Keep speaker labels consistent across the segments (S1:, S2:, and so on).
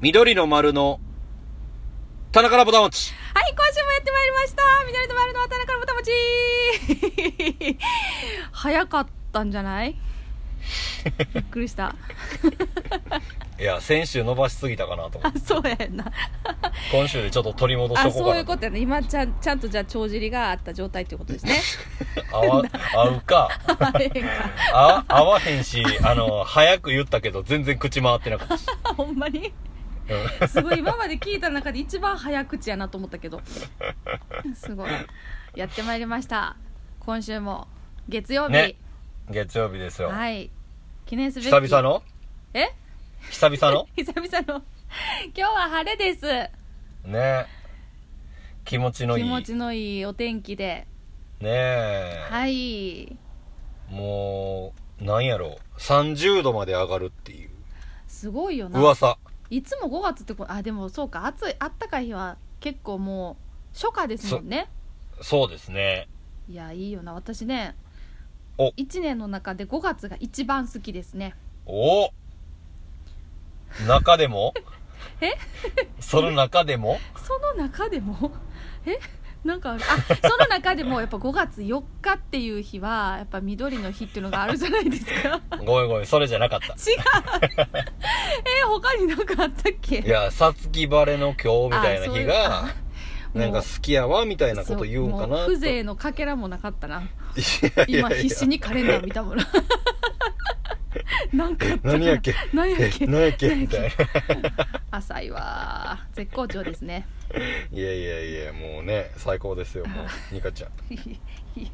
S1: 緑の丸の、田中ラボダマチ。
S2: はい、今週もやってまいりました緑と丸の渡中のぼたもち早かったんじゃない びっくりした。
S1: いや、先週伸ばしすぎたかなと思っ
S2: あ
S1: て、
S2: そうや んな。
S1: 今週でちょっと取り戻し
S2: あ、
S1: とこうかな。
S2: そういうことやね。今、ちゃん、ちゃんとじゃあ、帳尻があった状態っていうことで すね。
S1: 合わ、合うか。
S2: あれか。
S1: あ、合わへんし、あの、早く言ったけど、全然口回ってなかったし。
S2: ほんまに
S1: うん
S2: すごい、今まで聞いた中で一番早口やなと思ったけど。すごい。やってまいりました。今週も、月曜日。
S1: ね月曜日ですよ。
S2: はい。記念すべき。
S1: 久々の
S2: え
S1: 久々の
S2: 久々の。今日は晴れです。
S1: ね気持ちのいい。
S2: 気持ちのいいお天気で、
S1: ねえ。
S2: はい、
S1: もう、なんやろう。30度まで上がるっていう。
S2: すごいよな。
S1: 噂。
S2: いつも5月ってこ、あ、でもそうか、暑い、あったかい日は結構もう初夏ですもんね。
S1: そうですね。
S2: いや、いいよな、私ね
S1: お、
S2: 1年の中で5月が一番好きですね。
S1: お中でも
S2: え
S1: その中でも
S2: その中でも えなんかあるあその中でもやっぱ5月4日っていう日はやっぱ緑の日っていうのがあるじゃない ですか
S1: ごめんごめん、それじゃなかった。
S2: 違うえ他になんかあったっけ
S1: いや、さつき晴れの今日みたいな日が、
S2: あそういうあ
S1: なんか好きやわ、みたいなこと言うんかな
S2: そ
S1: と。
S2: もう風情のかけらもなかったない
S1: やいや
S2: 今
S1: いや
S2: 必死にカレンダー見た もんななんかあったかな
S1: 何やっけ
S2: 何やっ
S1: え
S2: け
S1: 何やっけ
S2: 何や
S1: み
S2: っけ
S1: たい
S2: 浅いわー絶好調です ね
S1: な。いやいやいや、もうね、最高ですよ、もう、ニカ ちゃん。
S2: いや今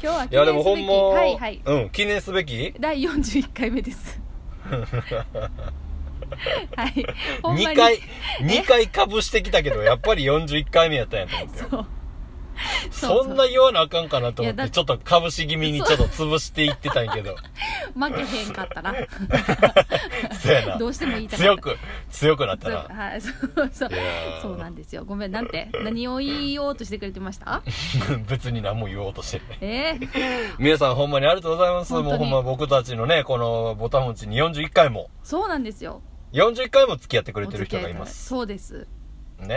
S2: 日はい記
S1: や、で
S2: 念
S1: も
S2: す
S1: ほ
S2: べ
S1: ん
S2: き
S1: ま、
S2: はいはい
S1: うん、記念すべき
S2: 第41回目ですはいほんまに
S1: ?2 回、2回かぶしてきたけど、やっぱり41回目やったんやと思って。
S2: そうそう
S1: そんな言わなあかんかなと思っ
S2: いやだ
S1: て、ちょっと株式気味にちょっと潰していってたんやけ ど。
S2: 負けへんかったな
S1: そうやな
S2: ど。うしても言いたかった
S1: 強く、強くなった
S2: そう
S1: な。
S2: はいそうそう
S1: いやー
S2: そうなんですよごめんなんて何を言いようとしてくれてました
S1: 別に何も言おうとしてない。
S2: えー、
S1: 皆さんほんまにありがとうございます。
S2: 本当
S1: もう
S2: に
S1: ほんま僕たちのね、このボタン持ちに41回も、
S2: そうなんですよ
S1: 41回も付き合ってく
S2: お
S1: れてる
S2: 付き合
S1: 人が
S2: い
S1: い
S2: ただ
S1: ま
S2: いて
S1: す。
S2: そうです
S1: ね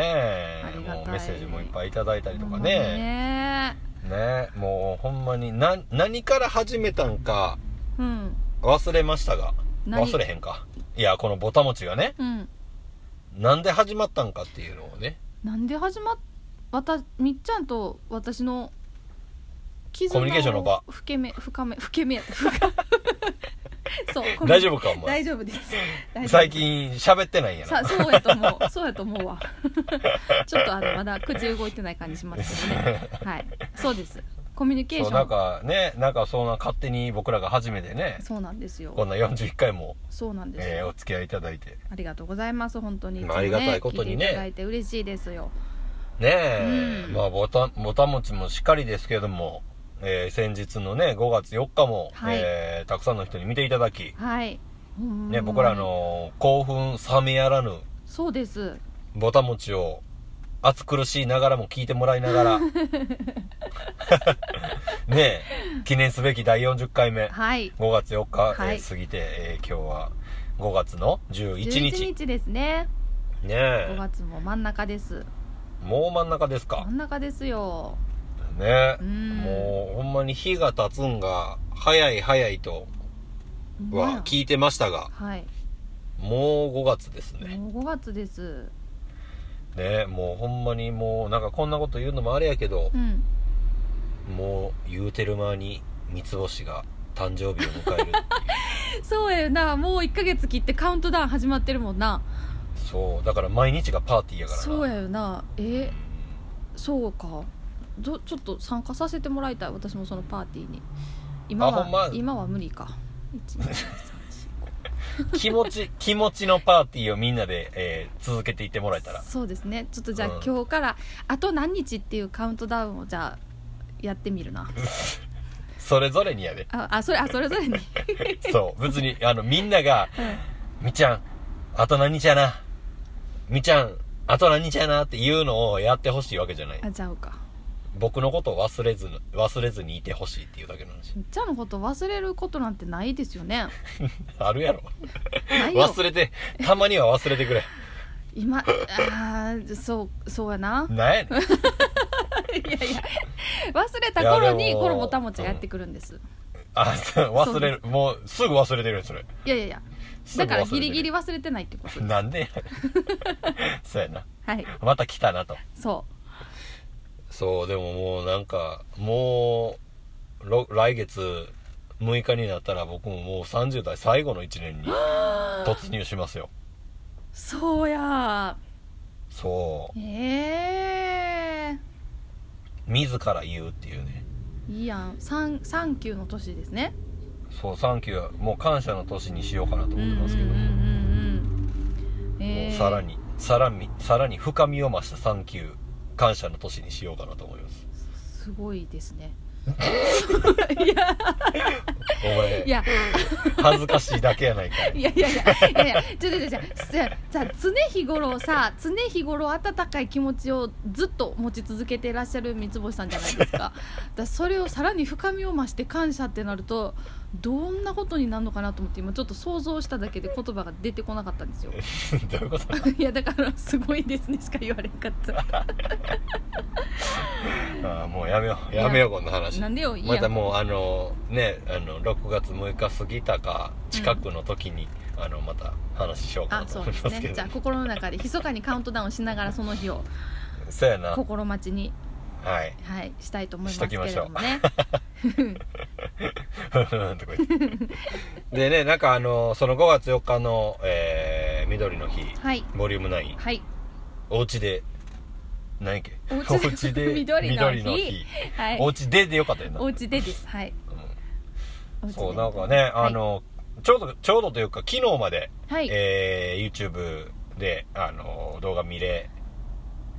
S2: あ
S1: え、
S2: りがたい
S1: もうメッセージもいっぱいいただいたりとかね。
S2: ね
S1: ねえ、もうほんまに、な、何から始めたんか
S2: うん
S1: 忘れましたが、
S2: 何
S1: 忘れへんか。いや、このボタン持ちがね、
S2: うん
S1: なんで始まったんかっていうのをね、
S2: なんで始まっわたみっちゃんと私の絆
S1: コミュニケーションの場
S2: 深め深め深めや った深そうコミュニ
S1: 大丈夫かお前
S2: 大。丈夫です大丈夫
S1: 最近喋ってないんやな
S2: さ。そうやと思うそうやと思うわ ちょっとあのまだ口動いてない感じしますけどねはいそうですコミュニケー
S1: そ
S2: シ
S1: うな
S2: ョ
S1: ん
S2: ン
S1: かねなんかそんな勝手に僕らが初めてね
S2: そうなんです
S1: こ
S2: よ
S1: んな41回も、
S2: そうなんですよ、
S1: えーお付き合いいただいて
S2: ありがとうございます本当に
S1: まあありがたいことにね
S2: 聞いていただいて嬉しいですよ
S1: ねえ、
S2: うん
S1: まあボタンボタン持ちもしっかりですけども、えー先日のね5月4日も、
S2: はい
S1: えーたくさんの人に見ていただき、
S2: はいほんま
S1: ね、
S2: に
S1: 僕らの興奮冷めやらぬ
S2: そうです
S1: ボタン持ちを暑苦しいながらも聞いてもらいなが ら ねえ記念すべき第40回目
S2: はい
S1: 5月4日、
S2: は
S1: え
S2: い
S1: ー過ぎて、えー今日は5月の11日
S2: 11日ですね
S1: ねえ
S2: 5月も真ん中です
S1: もう真ん中ですか
S2: 真ん中ですよ
S1: ねえ
S2: うん
S1: もうほんまに日が経つんが早い早いと
S2: ほんまや
S1: は聞いてましたが
S2: はい
S1: もう5月ですね
S2: もう5月です
S1: ねえもうほんまにもうなんかこんなこと言うのもあれやけど
S2: うん
S1: もう言うてる間に三つ星が誕生日を迎 えるっていう
S2: そうやなもう1ヶ月切ってカウントダウン始まってるもんな
S1: そうだから毎日がパーティーやからな
S2: そうやよなえ
S1: う
S2: そうかどちょっと参加させてもらいたい私もそのパーティーに今
S1: あほんま
S2: は今は無理か1 2 3 4 5
S1: ん気持ち気持ちのパーティーをみんなで、えー続けていってもらえたら
S2: そうですねちょっとじゃあ、
S1: うん
S2: 今日からあと何日っていうカウントダウンをじゃあやってみる な
S1: それぞれにやで
S2: ああそれあそれぞ れに
S1: そう別にあのみんなが
S2: うん
S1: みっちゃん、あと何日やな。みっちゃん、あと何日やなっていうのをやってほしいわけじゃない。
S2: あちゃうか
S1: 僕のことを忘れず、忘れずにいてほしいっていうだけの話。
S2: みっちゃんのこと忘れることなんてないですよね
S1: あるやろ。
S2: ないよ
S1: 忘れて、たまには忘れてくれ。
S2: 今あーそうそうやな
S1: なんやねん
S2: いやいや忘れた頃
S1: いや
S2: に
S1: でも
S2: このぼたもちがやってくるんです、
S1: あ そう忘れるもうすぐ忘れてるよそれ
S2: いやいやいや
S1: すぐ忘れて
S2: だ
S1: る
S2: からギリギリ忘れてないってことです
S1: なんでやねん そうやな
S2: はい
S1: また来たなと
S2: そ
S1: そうでももうなんかもうろ来月6日になったら僕ももう30代最後の1年に突入しますよ
S2: うそうや
S1: そ
S2: ーえ
S1: う自ら言うっていうね
S2: ー、いいやんサンサンキューの年ですね
S1: そうサンキューはもう感謝の年にしようかなと
S2: うんう
S1: 思
S2: ん
S1: ってま
S2: うん
S1: すけど、
S2: うんうんえ
S1: も
S2: ー
S1: うさらにさらにさらに深みを増したサンキュー感謝の年にしようかなと思います
S2: すごいですね
S1: お前
S2: いや
S1: 恥ずかしいだけやないか い
S2: いやいやいやいやいやちょちょちょちょじゃあ常日頃さ常日頃温かい気持ちをずっと持ち続けていらっしゃる三ツ星さんじゃない ですかだからそれをさらに深みを増して感謝ってなるとどんなことになるのかなと思って今ちょっと想像しただけで言葉が出てこなかったんですよ
S1: どういうこと
S2: いやだからすごいですねしか言われんか った
S1: ああもうやめようやめようこんな話
S2: なんでよいい
S1: ま
S2: や
S1: た
S2: ん
S1: もうあのねあの6月6日過ぎたか近くの時に、あのまた話しようか
S2: あ
S1: なと
S2: そう
S1: 思い
S2: で
S1: ますすけ
S2: ね
S1: ど
S2: じゃあ心の中で密かにカウントダウンしながらその日を
S1: そうやなは
S2: 心待ちに、
S1: い
S2: はい、したいと思いますけれどもね
S1: ふふんとか言ってでねなんかあのその5月4日の、えー、緑の日
S2: はい
S1: ボリューム9
S2: はい
S1: お家で何やっけ
S2: お家で 緑の日はい
S1: お家ででよかったよな
S2: お家でですはい、お家で
S1: そうなんかね
S2: はい
S1: あの、ちょうどちょうどというか昨日まで、
S2: はい、
S1: えー YouTube であの動画見れ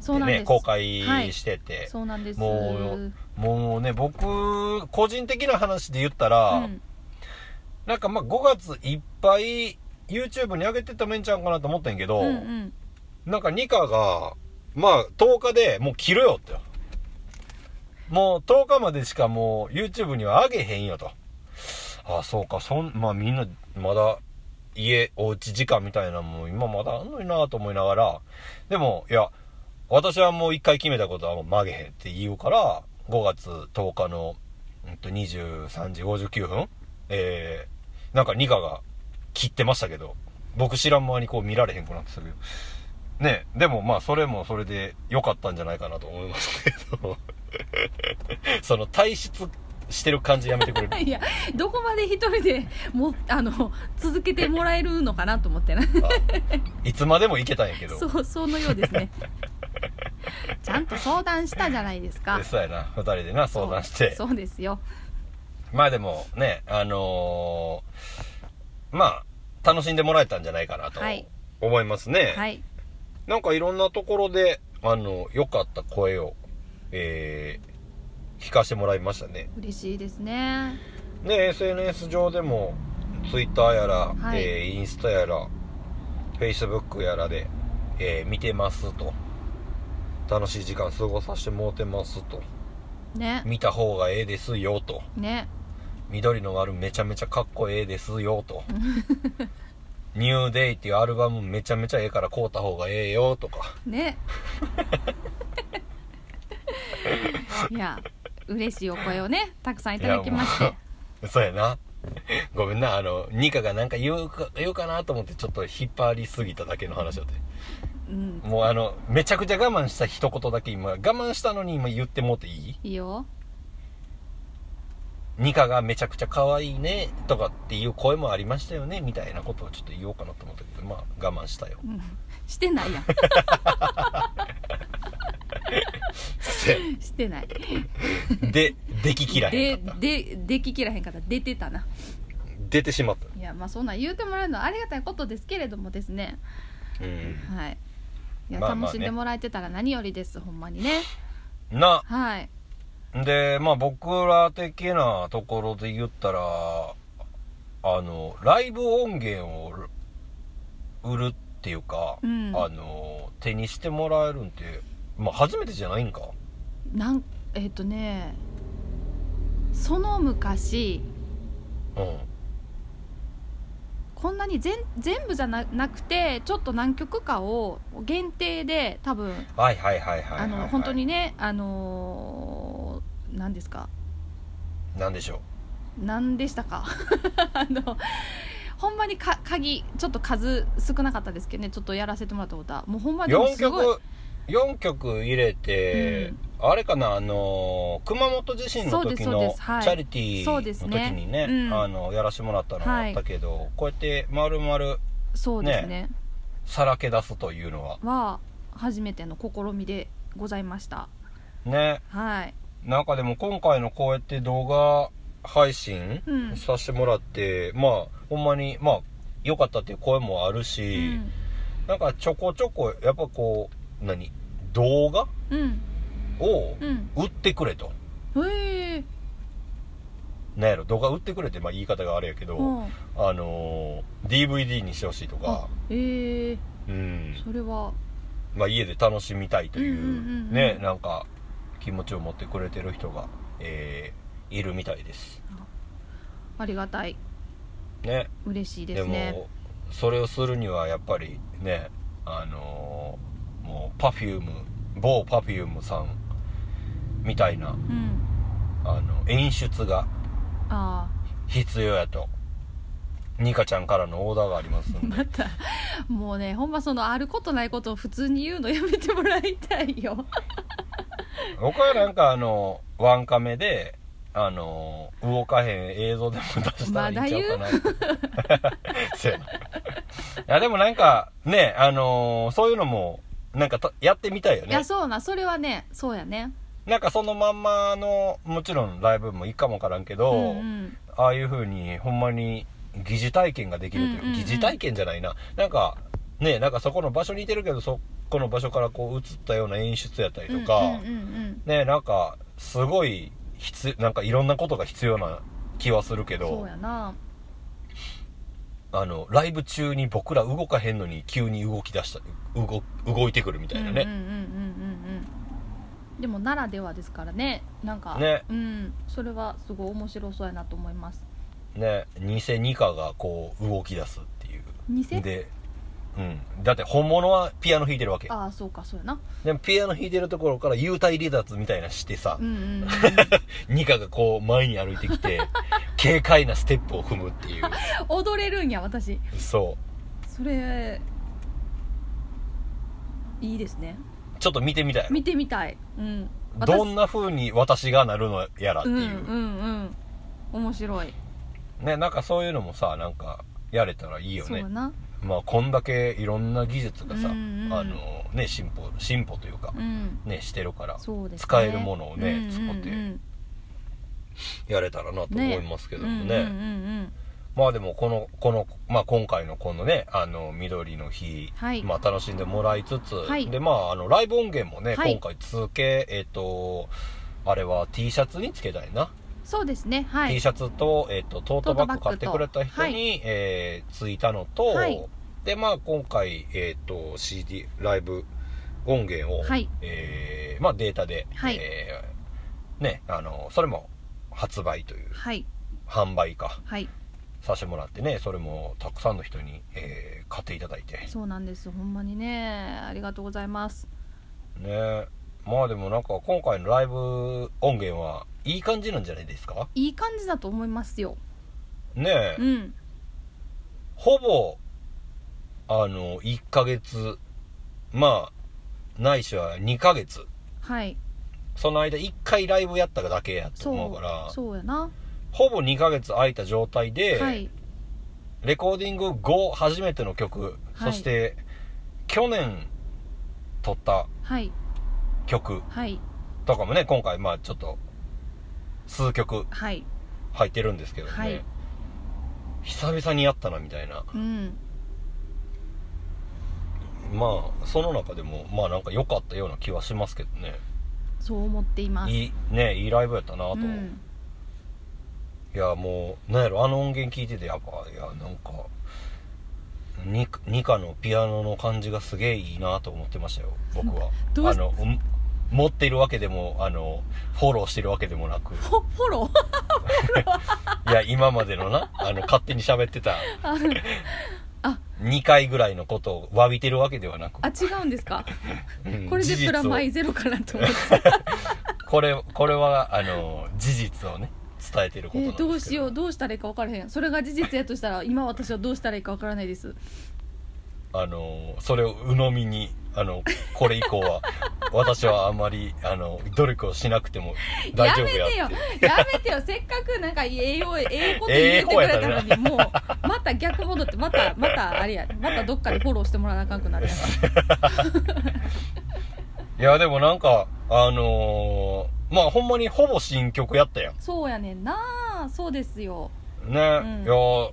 S2: そうなんです、
S1: ね公開してて、
S2: そうなんです
S1: もうもうね僕個人的な話で言ったら、
S2: うん
S1: なんかまあ5月いっぱい YouTube に上げてためんちゃうんかなと思ったんやけど、
S2: うんうん
S1: なんかニカがまあ10日でもう切るよってもう10日までしかもう YouTube には上げへんよとああそうかそんまあみんなまだ家おうち時間みたいなのも今まだあんのになと思いながらでもいや私はもう一回決めたことはもう曲げへんって言うから5月10日の、うんと、23時59分えー、なんかニカが切ってましたけど僕知らん間にこう見られへんくなってたけどねでもまあそれもそれで良かったんじゃないかなと思いますけど その退出してる感じやめてくれる
S2: いやどこまで一人でもあの続けてもらえるのかなと思ってな
S1: あいつまでもいけたんやけど
S2: そうそのようです ねちゃんと相談したじゃないですか
S1: でそうやな2人でな相談して
S2: そうそうですよ
S1: まあでもねあのーまあ楽しんでもらえたんじゃないかなと
S2: はい
S1: 思いますね、
S2: はい
S1: なんかいろんなところであの良かった声をえー聞かせてもらいましたね
S2: 嬉しいですね
S1: ね SNS 上でもツイッターやら、
S2: はい
S1: えーインスタやらフェイスブックやらで、えー見てますと楽しい時間過ごさせてもうてますと
S2: ね
S1: 見た方がええですよと
S2: ね
S1: 緑の丸めちゃめちゃかっこええですよとニューデイっていうアルバムめちゃめちゃええから買うた方がええよとか
S2: ね いや嬉しいお声をねたくさんいただきまし
S1: いや
S2: て
S1: もうそうやなごめんなあのニカがなんか言うか言うかなと思ってちょっと引っ張りすぎただけの話だって
S2: うん
S1: もうあのめちゃくちゃ我慢した一言だけ今我慢したのに今言ってもっていい
S2: いいよ
S1: ニカがめちゃくちゃ可愛いねとかっていう声もありましたよねみたいなことをちょっと言おうかなと思ったけどまあ我慢したよ
S2: うんしてないやん してない
S1: ででききらへ
S2: で
S1: んかった
S2: ででききらへんかった出てたな
S1: 出てしまった
S2: いやまあそんなん言うてもらえるのはありがたいことですけれどもですね
S1: うん
S2: はいいや
S1: まあまあね
S2: 楽しんでもらえてたら何よりですほんまにね
S1: な
S2: はい
S1: でまあ僕ら的なところで言ったらあのライブ音源を売るっていうか、
S2: うん
S1: あの手にしてもらえるんってまあ初めてじゃないんか
S2: なんえっ、とねその昔
S1: うん
S2: こんなに全全部じゃななくてちょっと何曲かを限定で多分
S1: はいはいはいはいはい、はい、
S2: あの本当にねあのー何ですか
S1: 何でしょ
S2: 何でしたか あのほんまにか鍵ちょっと数少なかったですけどねちょっとやらせてもらったことはもうほんま
S1: う
S2: でも
S1: 4
S2: すごい
S1: 曲4曲入れて、あれかなあの熊本地震の
S2: そうで
S1: 時
S2: すそう
S1: の
S2: で
S1: チ
S2: すはい
S1: ャリティー
S2: そ
S1: の
S2: うです
S1: 時
S2: ね
S1: にね
S2: うん
S1: あのやらせてもらったのは
S2: は
S1: あ
S2: い
S1: ったけど、こうやって丸々
S2: そうですね
S1: さらけ出すというのは
S2: は初めての試みでございました
S1: ね
S2: はい
S1: なんかでも今回のこうやって動画配信
S2: うん
S1: させてもらって、まあほんまにまあ良かったっていう声もある
S2: う
S1: し、
S2: ん、
S1: なんかちょこちょこやっぱこう何動画
S2: うん
S1: を
S2: うん
S1: 売ってくれと、
S2: へえ
S1: なんやろ動画売ってくれってまあ言い方があれやけど、
S2: うん
S1: あのー DVD にしてほしいとか
S2: あ、え
S1: う
S2: え
S1: ん
S2: それは
S1: まあ、家で楽しみたいという,、
S2: うんうんうんうん
S1: ねなんか気持ちを持ってくれてる人が、えーいるみたいです
S2: ありがたい
S1: ね
S2: 嬉しいで
S1: です
S2: ね
S1: もそれをするにはやっぱりねあのーもう Perfume 某 Perfume さんみたいな
S2: うん
S1: あの演出が
S2: あ
S1: 必要やとニカちゃんからのオーダーがあります
S2: あ
S1: んで
S2: またもうねほんまそのあることないことを普通に言うのやめてもらいたいよ
S1: 僕はなんかあのワンカメであの動かへん映像でも出したらいいんちゃうかな、 せやないやでもなんかねあのそういうのもなんかたやってみたいよ
S2: い
S1: ね
S2: やそうなそれはねそうやね
S1: なんかそのまんまのもちろんライブもいいかもわからんけど、
S2: うんうん
S1: ああいう風にほんまに疑似体験ができるという,、
S2: うんうんうん
S1: 疑似体験じゃないななんかねなんかそこの場所にいてるけどそこの場所からこう映ったような演出やったりとか、
S2: うんうんうん
S1: ねなんかすごい必なんかいろんなことが必要な気はするけ
S2: うん、そ
S1: ど
S2: うやな
S1: あのライブ中に僕ら動かへんのに急に動き出した動動いてくるみたいな
S2: うんう
S1: ね、
S2: んうんうんうんでもならではですからねなんか
S1: ね
S2: うん、それはすごい面白そうやなと思います
S1: ね偽ニカがこう動き出すっていう
S2: 偽
S1: で、うん、だって本物はピアノ弾いてるわけ
S2: ああそうかそうやな
S1: でもピアノ弾いてるところから幽体離脱みたいなしてさ
S2: うん、うんうん、
S1: ニカがこう前に歩いてき て軽快なステップを踏むっていう
S2: 踊れるんや私
S1: そ
S2: それいいですね
S1: うちょっと見てみたい
S2: 見てみたいうん私
S1: どんな風に私がなるのやらって
S2: う
S1: い
S2: んう
S1: う、
S2: んうん面白い
S1: ねなんかそういうのもさなんかやれたらいいよ
S2: そう
S1: ね
S2: やな
S1: まあこんだけいろんな技術がさ、
S2: うんうん
S1: あのね進歩進歩というか
S2: うん
S1: ねしてるから
S2: そうですね
S1: 使えるものをね使って
S2: うん
S1: やれたらなと思いますけ
S2: うん
S1: ど
S2: う
S1: も
S2: ん
S1: ね
S2: うんうん
S1: まあでもこのこの、まあ、今回のこのねあの緑の日、
S2: はい
S1: まあ、楽しんでもらいつつ、
S2: はい
S1: でまああのライブ音源もね、
S2: はい
S1: 今回続けえっ、とあれは T シャツにつけたいな
S2: そうですねはい
S1: T シャツと,、えっとトートバッグ買ってくれた人に、
S2: は
S1: えーついたのと、
S2: はい
S1: でまあ今回、えっと CD ライブ音源を、
S2: はい
S1: えーまあ、データで、
S2: はい
S1: えーね、あのそれも発売という
S2: はい
S1: 販売か
S2: はい
S1: させてもらってねそれもたくさんの人に、えー買っていただいて
S2: そうなんですほんまにねありがとうございます
S1: ねまあでもなんか今回のライブ音源はいい感じなんじゃないですか
S2: いい感じだと思いますよ
S1: ねえ、
S2: うん
S1: ほぼ、あの、1ヶ月、まあ、ないしは2ヶ月。
S2: はい
S1: その間1回ライブやっただけやと思うか
S2: そ
S1: ら
S2: う、そうやな
S1: ほぼ2ヶ月空いた状態で、
S2: はい
S1: レコーディング後初めての曲、
S2: は
S1: そ
S2: い
S1: して、去年撮った
S2: はい
S1: 曲
S2: はい
S1: とかもね、今回まあちょっと、数曲
S2: はい
S1: 入ってるんですけどね、
S2: はい
S1: 久々にやったなみたいな。
S2: うん
S1: まあ、その中でも、まあなんか良かったような気はしますけどね。
S2: そう思っています
S1: いいねいいライブやったなと、
S2: うん
S1: いやもうなんやろあの音源聞いててやっぱいやなんかニカニカのピアノの感じがすげえいいなと思ってましたよ僕は
S2: どう
S1: あ
S2: し
S1: の、うん持っているわけでも、あの、フォローしてるわけでもなく、
S2: フォフォロー
S1: いや、今までのな、 あの、勝手に喋ってた
S2: ああ
S1: 2回ぐらいのことを詫びてるわけではなく
S2: あ、違うんですか
S1: うん
S2: これで
S1: 事実を
S2: プラマイゼロかなと思って
S1: これ、これは、あの、事実をね、伝えてること
S2: え
S1: なんで
S2: ー
S1: すけど。
S2: どうしようどうしたらいいか分からへんそれが事実やとしたら今私はどうしたらいいか分からないです
S1: あのそれを鵜呑みにあのこれ以降 は私はあまりあの努力をしなくても大
S2: や
S1: 丈
S2: め
S1: 夫
S2: て
S1: や
S2: よ
S1: って
S2: やめてよせっかくなんか栄養ええこと言えてくれたのに、も うまた逆戻ってまたまたあれやまたどっかでフォローしてもらわなあかんくなるやん
S1: いやでもなんかあのーまあほんまにほぼ新曲やったや
S2: そうやねんなそうですよ
S1: んね、
S2: うん
S1: いやー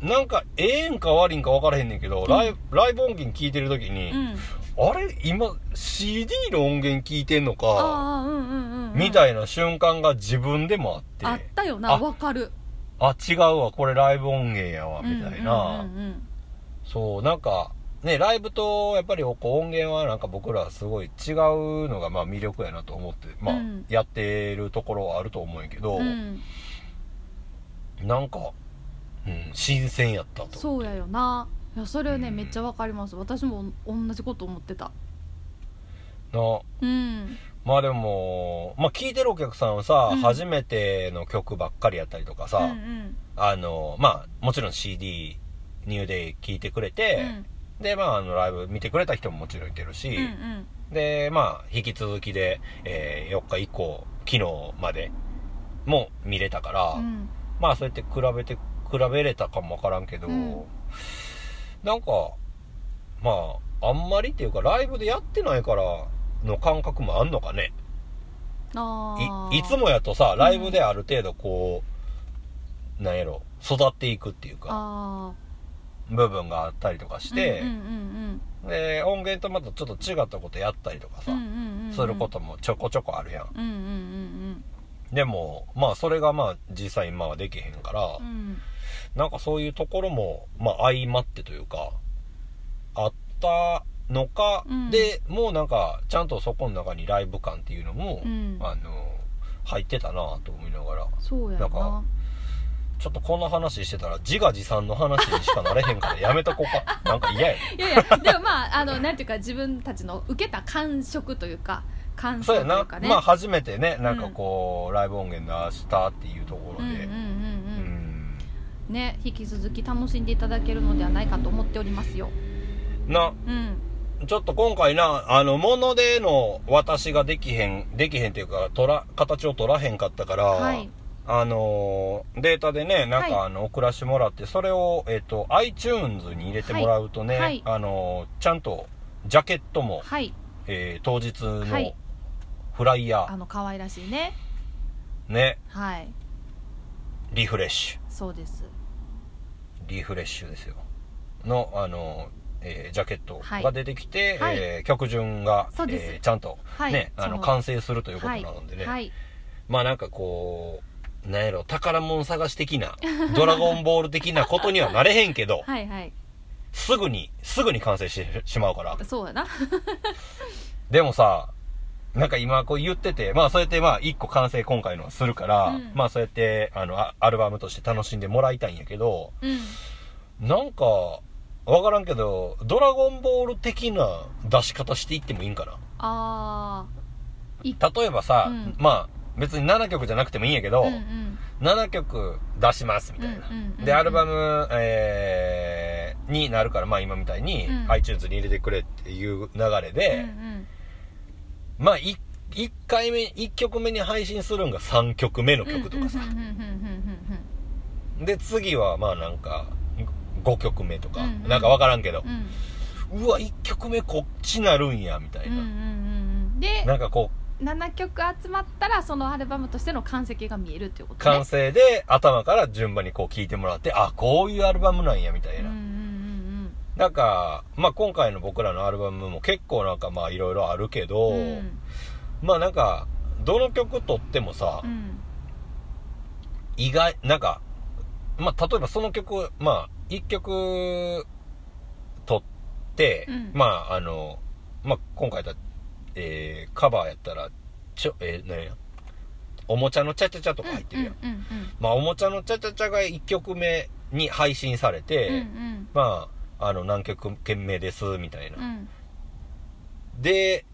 S1: なんかええんか悪いんか分からへんねんけど、ライブライブ音源聞いてる時
S2: う
S1: に、
S2: ん
S1: あれ今 CD の音源聞いてんの
S2: あ
S1: か
S2: あうんうんうん、うん、
S1: みたいな瞬間が自分でもあって
S2: あ
S1: あ
S2: ったよな
S1: あ
S2: 分かる
S1: 違うわこれライブ音源やわみたいな、
S2: うんうんうんうん
S1: そうなんかねライブとやっぱりこう音源はなんか僕らはすごい違うのがまあ魅力やなと思って、まあ
S2: うん
S1: やってるところはあると思うんやけど、
S2: うん、
S1: なんか、うん、新鮮やったと
S2: そうやよないやそれはね、
S1: うん
S2: めっちゃ分かります私も同じこと思ってた
S1: な
S2: うん
S1: まあでもまあ聴いてるお客さんはさ、
S2: うん
S1: 初めての曲ばっかりやったりとかさ、
S2: うんうん
S1: あのまあもちろん CD 入で聴いてくれ
S2: う
S1: て、
S2: ん
S1: でまああのライブ見てくれた人ももちろんいてるし、
S2: うんうん
S1: で、まあ、引き続きで、え4日以降、昨日までも見れたから、
S2: うん
S1: まあ、そうやって比べて、比べれたかもわからんけど、
S2: うん
S1: なんか、まあ、あんまりっていうか、ライブでやってないからの感覚もあんのかね。
S2: あー
S1: いいつもやとさ、ライブである程度こう、なんやろ、育っていくっていうか、
S2: あ
S1: 部分があったりとか
S2: ー
S1: して、
S2: うんうん
S1: で、音源とまたちょっと違ったことやったりとか
S2: う
S1: さ、
S2: んうんうんうんうん
S1: することもちょこちょこあるやん。
S2: うんうんうん
S1: でも、まあ、それがまあ、実際今はできへんから、
S2: うんうん
S1: なんかそういうところも、まあ、相まってというか、あったのか、
S2: うん
S1: で、もうなんか、ちゃんとそこの中にライブ感っていうのも、
S2: うん
S1: あの、入ってたなと思いながら、
S2: そうや
S1: なんか
S2: な
S1: ちょっとこんな話してたら、自画自賛の話にしかなれへんから、やめとこう か。なんか嫌やね。
S2: いやいやでもまああのなんていうか自分たちの受けた感触というか感
S1: そ
S2: 想
S1: う
S2: と
S1: や
S2: い
S1: な
S2: う。かね
S1: まあ、初めてね、なんかこう、ライブ音源出したっていうとこ
S2: う
S1: ろ
S2: んうん
S1: で、
S2: うんうん
S1: ん
S2: ね引き続き楽しんでいただけるのではないかと思っておりますよ
S1: な、
S2: うん
S1: ちょっと今回な、あの、ものでの私ができへん、できへんっていうか、とら、形を取らへんかったから、
S2: はい
S1: あのー、データでね、なん
S2: は
S1: かあの、送らしてもらって、それを、えっ、と、iTunes に入れてもらうとね、
S2: はい
S1: あのー、ちゃんと、ジャケットも、
S2: はい
S1: えー当日
S2: は
S1: の
S2: い
S1: フライヤー、
S2: あの可愛らしいね
S1: ね、
S2: はい
S1: リフレッシュ、
S2: そうです
S1: リフレッシュですよ。の、あのー、えージャケット
S2: はい
S1: が出てきて、
S2: はい
S1: えー曲順が、
S2: そうです
S1: えーちゃんと、
S2: はい
S1: ね、あ
S2: そ
S1: の、完成するということなのでね。
S2: はい
S1: まあなんかこう、なんやろ、宝物探し的な、 ドラゴンボール的なことにはなれへんけど、
S2: はいはい
S1: すぐに、すぐに完成してしまうから。
S2: そうやな
S1: でもさ、なんか今こう言ってて、まあそうやってまあ一個完成今回のはするから、
S2: うん
S1: まあそうやって、あの、あアルバムとして楽しんでもらいたいんやけど、
S2: うん
S1: なんか、わからんけど、ドラゴンボール的な出し方していってもいいんかな。
S2: あーい
S1: 例えばさ、
S2: うん
S1: まあ別に7曲じゃなくてもいいんやけど、
S2: うんうん
S1: 7曲出しますみたいな、
S2: うんうんうんうん
S1: でアルバム、えーになるからまあ今みたいに
S2: うん
S1: iTunes に入れてくれっていう流れ
S2: うんう
S1: で、
S2: ん
S1: まあ 1, 回目1曲目に配信するんが3曲目の曲とかさ、
S2: うんうんうんうんうん
S1: で次はまあなんか5曲目とか、
S2: うんうん
S1: なんかわからんけど
S2: うんうんうん
S1: うわ1曲目こっちなるんやみたい
S2: うんうんう
S1: な、
S2: んうんで
S1: なんかこ
S2: 7曲集まったらそのアルバムとしての完成形が見えるっていうこ
S1: う
S2: とね
S1: 完成で頭から順番にこう聴いてもらってあこういうアルバムなんやみたい
S2: うんう
S1: な、
S2: んうん
S1: なんか、まあ、今回の僕らのアルバムも結構なんかまあいろいろあるけど、
S2: うんうん
S1: まあなんか、どの曲とってもさ、
S2: うん
S1: 意外、なんか、まあ例えばその曲、まあ一曲とって、
S2: うん
S1: まああの、まあ今回だ、えーカバーやったらちょ、えー、なんやおもちゃのちゃちゃちゃとか入ってるやん、
S2: うんうん
S1: まあおもちゃのちゃちゃちゃが1曲目に配信されて、
S2: うんうん
S1: まああの何曲目ですみたいな、
S2: うんうん
S1: で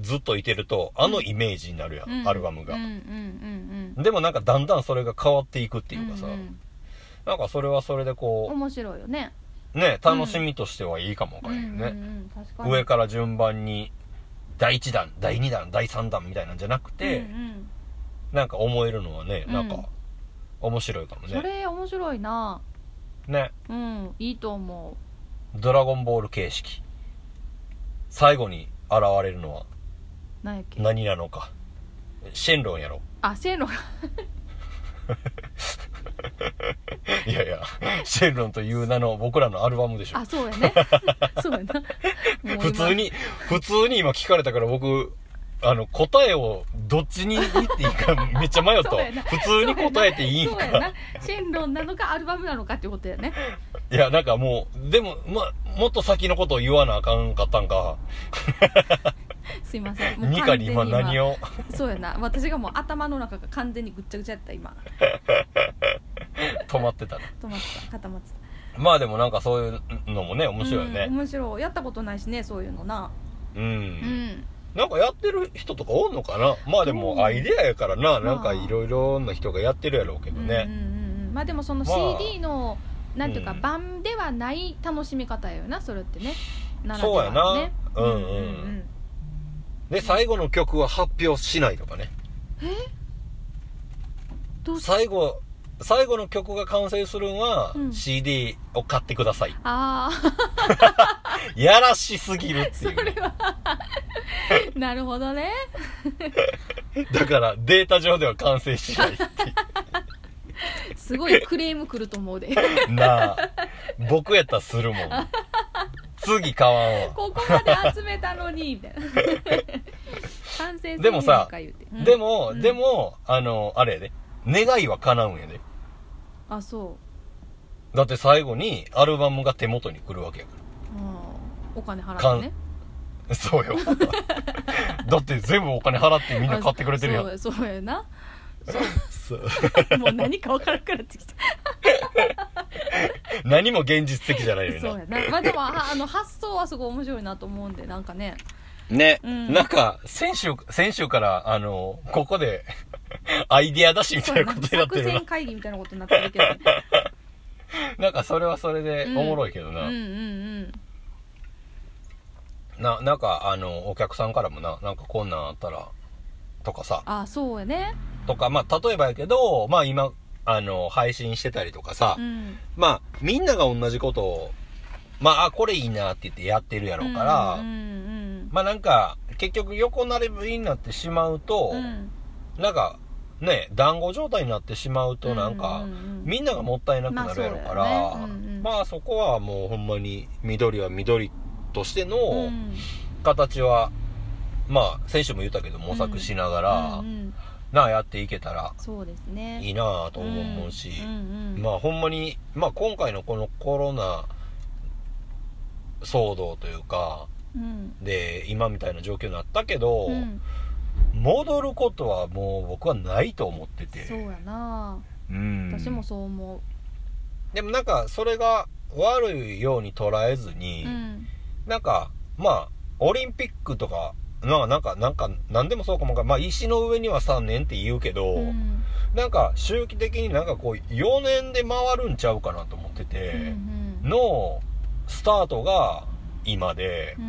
S1: ずっといてるとあのイメージになるやん、
S2: うん
S1: アルバムが、
S2: うんうんうんうん
S1: でもなんかだんだんそれが変わっていくっていうかさ、
S2: んん
S1: なんかそれはそれでこ
S2: 面白いよね
S1: うね楽しみとしてはいいかもわかんないよ
S2: うん
S1: ね、
S2: うんうん確かに
S1: 上から順番に第1弾第2弾第3弾みたいなんじゃなくて、
S2: うんうん
S1: なんか思えるのはねなん
S2: うん
S1: か面白いかも
S2: そ
S1: ね、
S2: れ面白いな
S1: ね
S2: うんいいと思
S1: ドラゴンボール形式最後に現れるのは
S2: うなんやっけ
S1: 何なのかシェンロンやろ
S2: あ線路が
S1: いやいやシェンロンという名の僕らのアルバムでしょ
S2: あそうやね そうやなもう今
S1: 普通に、普通に今聞かれたから僕、あの、答えをどっちに言っていい かめっちゃ迷った
S2: そう
S1: わ。
S2: やな
S1: 普通に答えていいん
S2: そうや
S1: か。
S2: なシェンロンなのかアルバムなのかってことやね
S1: いや、なんかもう、でも、ま、もっと先のことを言わなあかんかったんか。
S2: すいませんもう
S1: ニカに今
S2: 完全
S1: 何を。
S2: そうやな私がもう頭の中が完全にぐっちゃぐちゃやった今
S1: 止まってたな。
S2: 止まってた固まってた
S1: まあでもなんかそういうのもね、面白いよ
S2: うん
S1: ね。
S2: 面白いやったことないしねそういうのな
S1: うん。
S2: うん
S1: なんかやってる人とかおんのかなまあで
S2: どう
S1: もアイデアやからな、なんか
S2: まあ
S1: いろいろな人がやってるやろうけ
S2: うん
S1: ど
S2: うん
S1: ね。
S2: うんうんまあでもその
S1: まあ
S2: CD のなんていうか
S1: うん
S2: 版ではない楽しみ方やよなそれってねならで
S1: そう
S2: は
S1: や
S2: の
S1: な
S2: ね
S1: うんうんで、最後の曲は発表しないとかね。
S2: どうし
S1: 最後最後の曲が完成するんは、
S2: うん
S1: CD を買ってください
S2: ああ
S1: やらしすぎるって
S2: そ
S1: いうね、
S2: れはなるほどね
S1: だからデータ上では完成しない
S2: すごいクレームくると思うで
S1: なあ僕やったらするもん次買わんわ、
S2: ここまで集めたのに みたいな完成
S1: でもさ
S2: せえへんのか言うてうん
S1: でも、
S2: うん
S1: でもあのあれやで願いは叶うんやで
S2: あそう
S1: だって最後にアルバムが手元に来るわけやか
S2: うんお金払
S1: か
S2: っ
S1: ん
S2: てね
S1: らそう よだって全部お金払ってみんな買ってくれてるやん
S2: あそうそうや な
S1: そう
S2: もう何か分からなくなって きた
S1: 何も現実的じゃないよね
S2: そうやなまあでもああの発想はすごい面白いなと思うんでなんかね
S1: ね、
S2: うん
S1: なんか、先週、先週から、あの、ここで、 アイディア出しみ
S2: そ
S1: た
S2: うや
S1: いな
S2: な
S1: ことになって
S2: 作
S1: るな
S2: 戦。会議みたいなことになってる けど、ね、
S1: なんか、それはそれで
S2: うん
S1: おもろいけど
S2: うん
S1: な。
S2: うん
S1: な、なんか、あの、お客さんからもな、なんかこんなんあったら、とかさ、
S2: ああそうやね
S1: とか、まあ、例えばやけど、まあ今、あの、配信してたりとかさ、
S2: うん
S1: まあ、みんなが同じことを、まあ、あ、これいいなって言ってやってるやろうから、
S2: うんうん
S1: まあなんか、結局横並びになってしまうと、
S2: うんうん
S1: なんか、ね、団子状態になってしまうと、なんか、
S2: ううん
S1: みんながもったいなくなるやろから、
S2: まあ
S1: まあ
S2: そうだよねうんうん
S1: そこはもうほんまに緑は緑として
S2: う
S1: の
S2: ん
S1: 形は、まあ選手も言ったけど模索しながら、
S2: うんうん
S1: なあやっていけたら
S2: そうですね
S1: い
S2: い
S1: いなあと思うし、
S2: うんうん
S1: まあほんまに、まあ今回のこのコロナ騒動というか、
S2: うん
S1: で、今みたいな状況になったけど、
S2: うん
S1: 戻ることはもう僕はないと思って
S2: そう
S1: て。
S2: やな
S1: うん
S2: 私もそう思
S1: でもなんかそれが悪いように捉えず
S2: う
S1: に、
S2: うん
S1: なんかまあオリンピックとかななんかなんか何でもそうかもかまあ石の上には3年って言うけど、
S2: うん
S1: なんか周期的になんかこう4年で回るんちゃうかなと思ってて、
S2: うん
S1: のスタートが今で
S2: うんう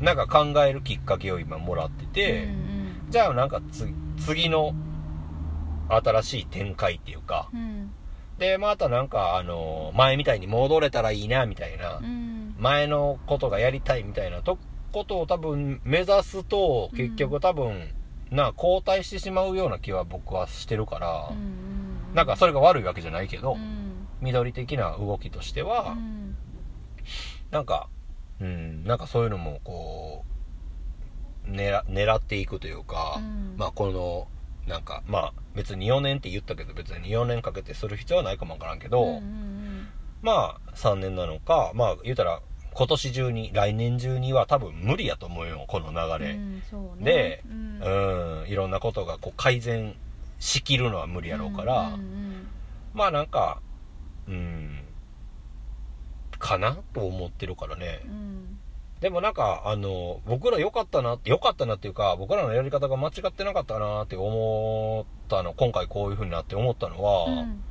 S2: ん
S1: なんか考えるきっかけを今もらってて
S2: うん、うん
S1: じゃあなんかつ次の新しい展開っていうか
S2: うん
S1: でまたなんかあの前みたいに戻れたらいいなみたいな、
S2: うん
S1: 前のことがやりたいみたいなとことを多分目指すと
S2: うん
S1: 結局多分、な後退してしまうような気は僕はしてるから、
S2: うん
S1: なんかそれが悪いわけじゃないけど、
S2: うん
S1: 緑的な動きとして
S2: う
S1: は、
S2: ん
S1: なんかうんなんかそういうのもこう狙狙っていくというか、
S2: うん
S1: まあこのなんかまあ別に4年って言ったけど別に4年かけてする必要はないかもわからんけど、
S2: うんうん
S1: まあ3年なのかまあ言うたら今年中に来年中には多分無理やと思うよこの流れ、
S2: うんそうね
S1: で
S2: うん
S1: うん、いろんなことがこう改善しきるのは無理やろうから、
S2: うんうん
S1: まあなんかうんかなと思ってるからね
S2: うん
S1: でもなんかあの僕ら良かったなって良かったなっていうか僕らのやり方が間違ってなかったなって思ったの今回こういう風になって思ったのは、
S2: うん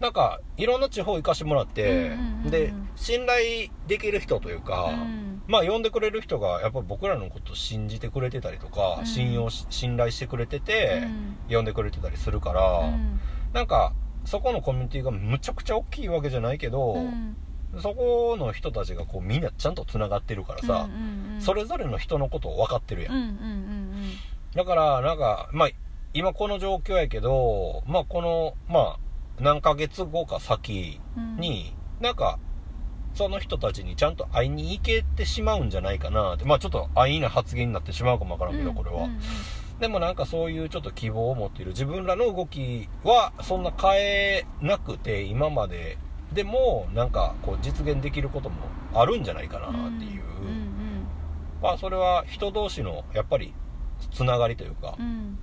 S1: なんかいろんな地方行かしてもらって、
S2: うんうんうんうん
S1: で信頼できる人というか、
S2: うん
S1: まあ呼んでくれる人がやっぱ僕らのこと信じてくれてたりとか、
S2: うん
S1: 信用し信頼してくれて
S2: う
S1: て、
S2: ん
S1: 呼んでくれてたりするから、
S2: うん
S1: なんかそこのコミュニティがむちゃくちゃ大きいわけじゃないけど、
S2: うん
S1: そこの人たちがこうみんなちゃんとつながってるからさ
S2: うん、うんうん
S1: それぞれの人のことを分かってるやん、
S2: うんうんうん
S1: だからなんかまあ今この状況やけどまあこのまあ何ヶ月後か先
S2: うんうん
S1: に、なんかその人たちにちゃんと会いに行けてしまうんじゃないかなってまあちょっと安易な発言になってしまうかもわからんけどこれは、
S2: うんうん
S1: でもなんかそういうちょっと希望を持っている自分らの動きはそんな変えなくて今まででもなんかこう実現できることもあるんじゃないかなっていう、
S2: うん
S1: まあそれは人同士のやっぱりつながりというか
S2: うんう、ん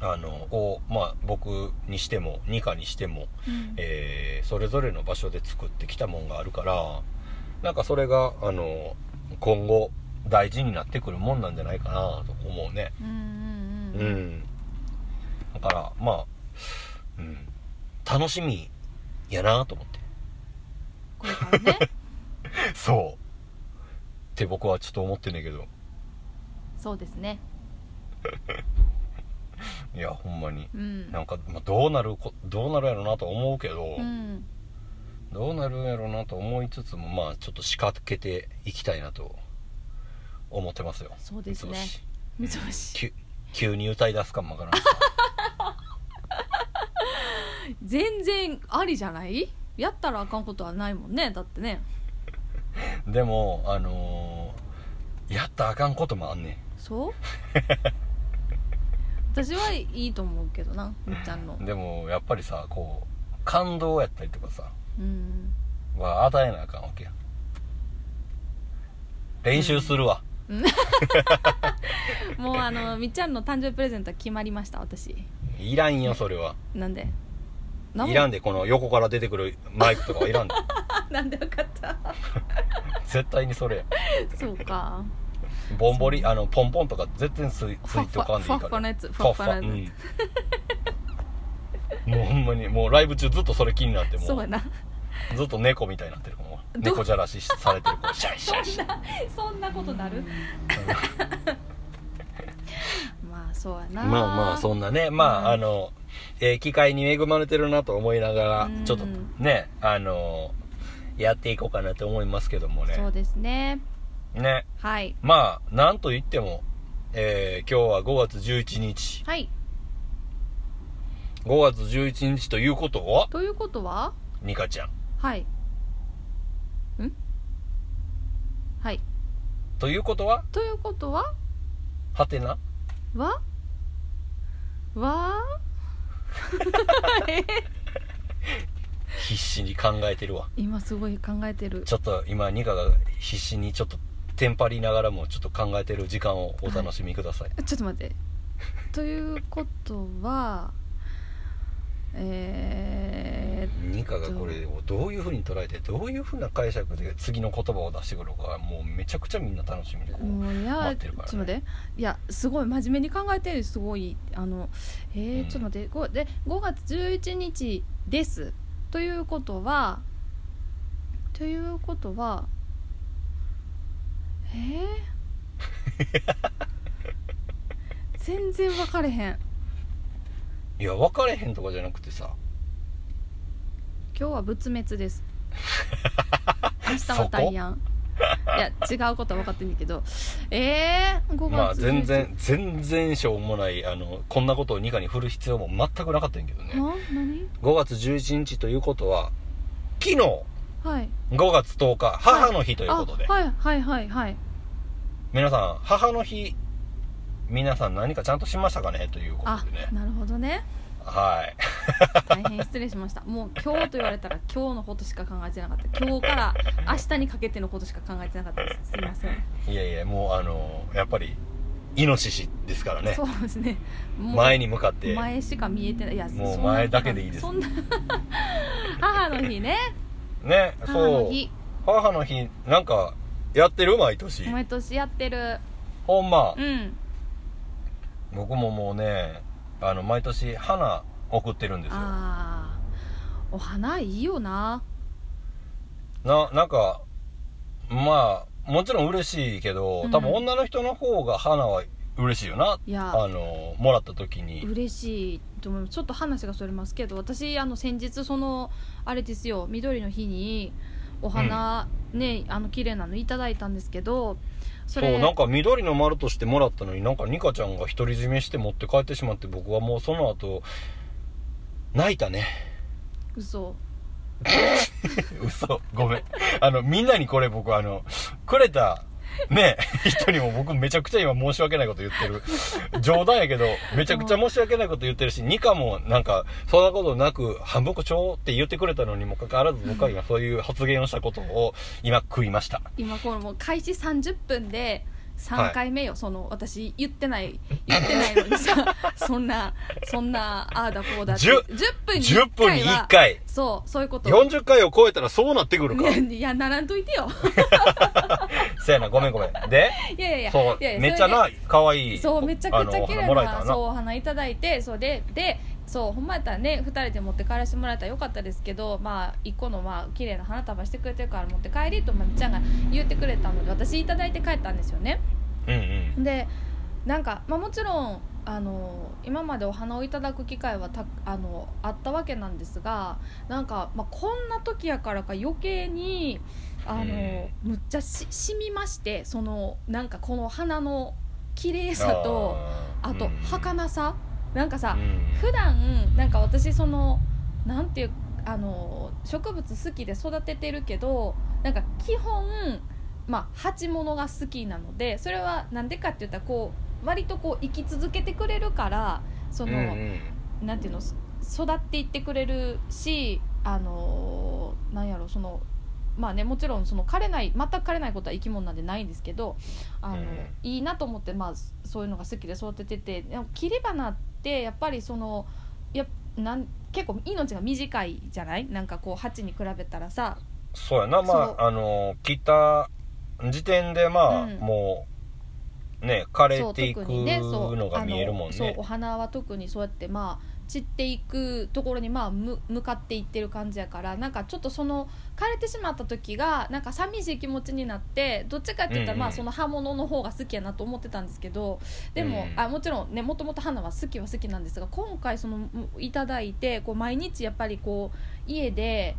S1: あのをまあ僕にしてもニカにしても、
S2: うん
S1: えーそれぞれの場所で作ってきたもんがあるからなんかそれがあの今後大事になってくるもんなんじゃないかなと思うね。
S2: うんうん
S1: う
S2: うん
S1: ん、だからまあ、うん、楽しみやなと思って
S2: これから ね
S1: そうって僕はちょっと思ってんだけど
S2: そうですね
S1: いやほんまに
S2: うん
S1: なんか、まあ、どうなるこどうなるやろなとは思うけど、
S2: うん
S1: どうなるんやろなと思いつつもまあちょっと仕掛けていきたいなと思ってますよ
S2: そうですね
S1: 三つ星
S2: 三つ星
S1: 急急に歌い出すかもわからん
S2: 全然ありじゃないやったらあかんことはないもんねだってね
S1: でもあのーやったらあかんこともあんねん
S2: そう私はいいと思うけどなみっちゃんの
S1: でもやっぱりさこう感動やったりとかさ
S2: うん
S1: は与えなあかんわけや練習するわ、
S2: もうあ のみっちゃんの誕生日プレゼントは決まりました私
S1: いらんよそれは
S2: なんで
S1: いらん
S2: ん
S1: でこの横から出てくるマイクとかはいらんで
S2: なんで分かった
S1: 絶対にそれや
S2: そうか
S1: ボンボリあのポンポンとか絶対についつ
S2: ふわ
S1: い
S2: って
S1: お
S2: わ
S1: かんで
S2: ふ
S1: い
S2: わ
S1: い
S2: っ
S1: か
S2: わの
S1: ら
S2: やつふわっわのやつ、
S1: うん もうほんまにもうライブ中ずっとそれ気になっても
S2: そうやな
S1: ずっと猫みたいになってるもう
S2: ど
S1: 猫じゃらしされてる子 シャイシャイシャイ
S2: そんなことなるまあそうやな
S1: まあまあそんなねまあ、
S2: うん
S1: あの、えー機会に恵まれてるなと思いながら、
S2: うん
S1: ちょっとねあのやっていこうかなと思いますけども
S2: そう
S1: ね
S2: ですね
S1: ね
S2: はい
S1: まあなんといっても、えー今日は5月11日
S2: はい
S1: 5月11日ということは
S2: ということは
S1: ニカちゃん
S2: はいんはい
S1: ということは
S2: ということは
S1: はてな
S2: わわ え
S1: 必死に考えてるわ
S2: 今すごい考えてる
S1: ちょっと今ニカが必死にちょっとテンパりながらもちょっと考えてる時間をお楽しみください、
S2: ちょっと待ってということはえ
S1: ニカがこれをどういうふうに捉えてどういうふうな解釈で次の言葉を出してくるかもうめちゃくちゃみんな楽しみにこ
S2: ー、
S1: う、
S2: もういや、
S1: 待って
S2: ちょ
S1: る
S2: っ
S1: からね
S2: と待っていやすごい真面目に考えてるすごいあのえー
S1: うん
S2: ちょっと待ってごで5月11日ですということはということはえ ー、全然分かれへん
S1: いや分かれへんとかじゃなくてさ
S2: 今日は仏滅 です明日
S1: そ
S2: は
S1: こ
S2: 大安いや違うことは分かってんだけどえー、5月
S1: まあ全
S2: 11
S1: 然 全然しょうもないあのこんなことをニカに振る必要も全くなかったんやけどね
S2: あ何
S1: 5月11日ということは昨日
S2: はい
S1: 5月10日母の日という
S2: あ
S1: ことで、
S2: はいはいはいはい
S1: 皆さん母の日皆さん何かちゃんとしましたかねということ
S2: あ
S1: でね
S2: なるほどね
S1: あはい。
S2: 大変失礼しましたもう今日と言われたら今日のことしか考えてなかった今日から明日にかけてのことしか考えてなかったですすいません、
S1: いやいや、もうあの、やっぱり、イノシシですからね
S2: そ。うですねもう
S1: 前に向かって。
S2: 前しか見えてないいや
S1: もう
S2: そんな
S1: 前だけでいいです
S2: そんな 母の日ね
S1: ね、
S2: 母
S1: そ
S2: の
S1: う。
S2: 日
S1: 母の日、なんか、やってる毎年。
S2: 毎年やってる
S1: ほんま
S2: う。ん
S1: 僕ももうね、あの、毎年、花送ってるんですよ。
S2: ああお花いいよな
S1: な、なんか、まあ、もちろん嬉しいけど、多分
S2: うん
S1: 女の人の方が花は嬉しいよな。
S2: いや
S1: あの、もらった時に。
S2: 嬉しいと思いますちょっと話がそれますけど私あの先日そのあれですよ緑の日にお花、ねあの綺麗なのいただいたんですけど
S1: そ
S2: そ
S1: う
S2: れ
S1: なんか緑の丸としてもらったのになんかニカちゃんが独り占めして持って帰ってしまって僕はもうその後泣いたね
S2: 嘘
S1: 嘘ごめんあのみんなにこれ僕あのくれたね人にも僕めちゃくちゃ今申し訳ないこと言ってる冗談やけどめちゃくちゃ申し訳ないこと言ってるしニカもなんかそんなことなく半分こちょうって言ってくれたのにもかかわらず僕は今そういう発言をしたことを今食いました
S2: 今このもう開始30分で3回目よ、その私言ってない言ってないのに さそんなそんなああだこうだって
S1: じゅ
S2: 10, 分に
S1: 10
S2: 1
S1: 分
S2: 回
S1: に
S2: は
S1: 1回
S2: そうそういうこと
S1: 40回を超えたらそうなってくるか
S2: いやならんといて よ
S1: せやなごめんごめんで
S2: いやいやいや
S1: そう
S2: いやいや
S1: めっちゃ
S2: それで
S1: な可愛い
S2: そうめちゃくちゃ綺
S1: あのお花
S2: 麗
S1: もらえた
S2: な
S1: ら
S2: そう
S1: な
S2: お花いただいてそうででそうほんまやったらね2人で持って帰らせてもらえたらよかったですけどまあ1個のまあ綺麗な花束してくれてるから持って帰りとまみちゃんが言ってくれたので私いただいて帰ったんですよね
S1: うんうん
S2: でなんか、まあ、もちろんあの今までお花をいただく機会はたあのあったわけなんですがなんか、まあ、こんな時やからか余計にあのむっちゃししみましてそのなんかこの花の綺麗さと。
S1: ー
S2: あと、
S1: うん
S2: 儚さなんかさ、
S1: うん
S2: 普段なんか私そのなんていうあの植物好きで育ててるけどなんか基本まあ鉢物が好きなのでそれはなんでかって言ったらこう割とこう生き続けてくれるからその、
S1: うん
S2: なんていうのそ育っていってくれるしあのなんやろそのまあねもちろんその枯れない全く枯れないことは生き物なんでないんですけどあ
S1: う
S2: の、
S1: ん
S2: いいなと思って、まあ、そそういうのが好きで育てててでも切り花ってやっぱりそのやなん結構命が短いじゃないなんかこう鉢に比べたらさ
S1: そうやな
S2: そ
S1: ま
S2: う
S1: ああの切った時点でまあ、
S2: うん
S1: もうね枯
S2: そ
S1: れ
S2: う
S1: ていく
S2: 特にねそう
S1: のが見えるもん
S2: あのそう
S1: ね
S2: お花は特にそうやってまあ散っていくところにまあむ向かっていってる感じやからなんかちょっとその枯れてしまった時がなんか寂しい気持ちになってどっちかって言った
S1: うんう
S2: ら
S1: ん
S2: まあその刃物の方が好きやなと思ってたんですけどでも、
S1: うん
S2: あもちろんねもともと花は好きは好きなんですが今回そのむいただいてこう毎日やっぱりこう家で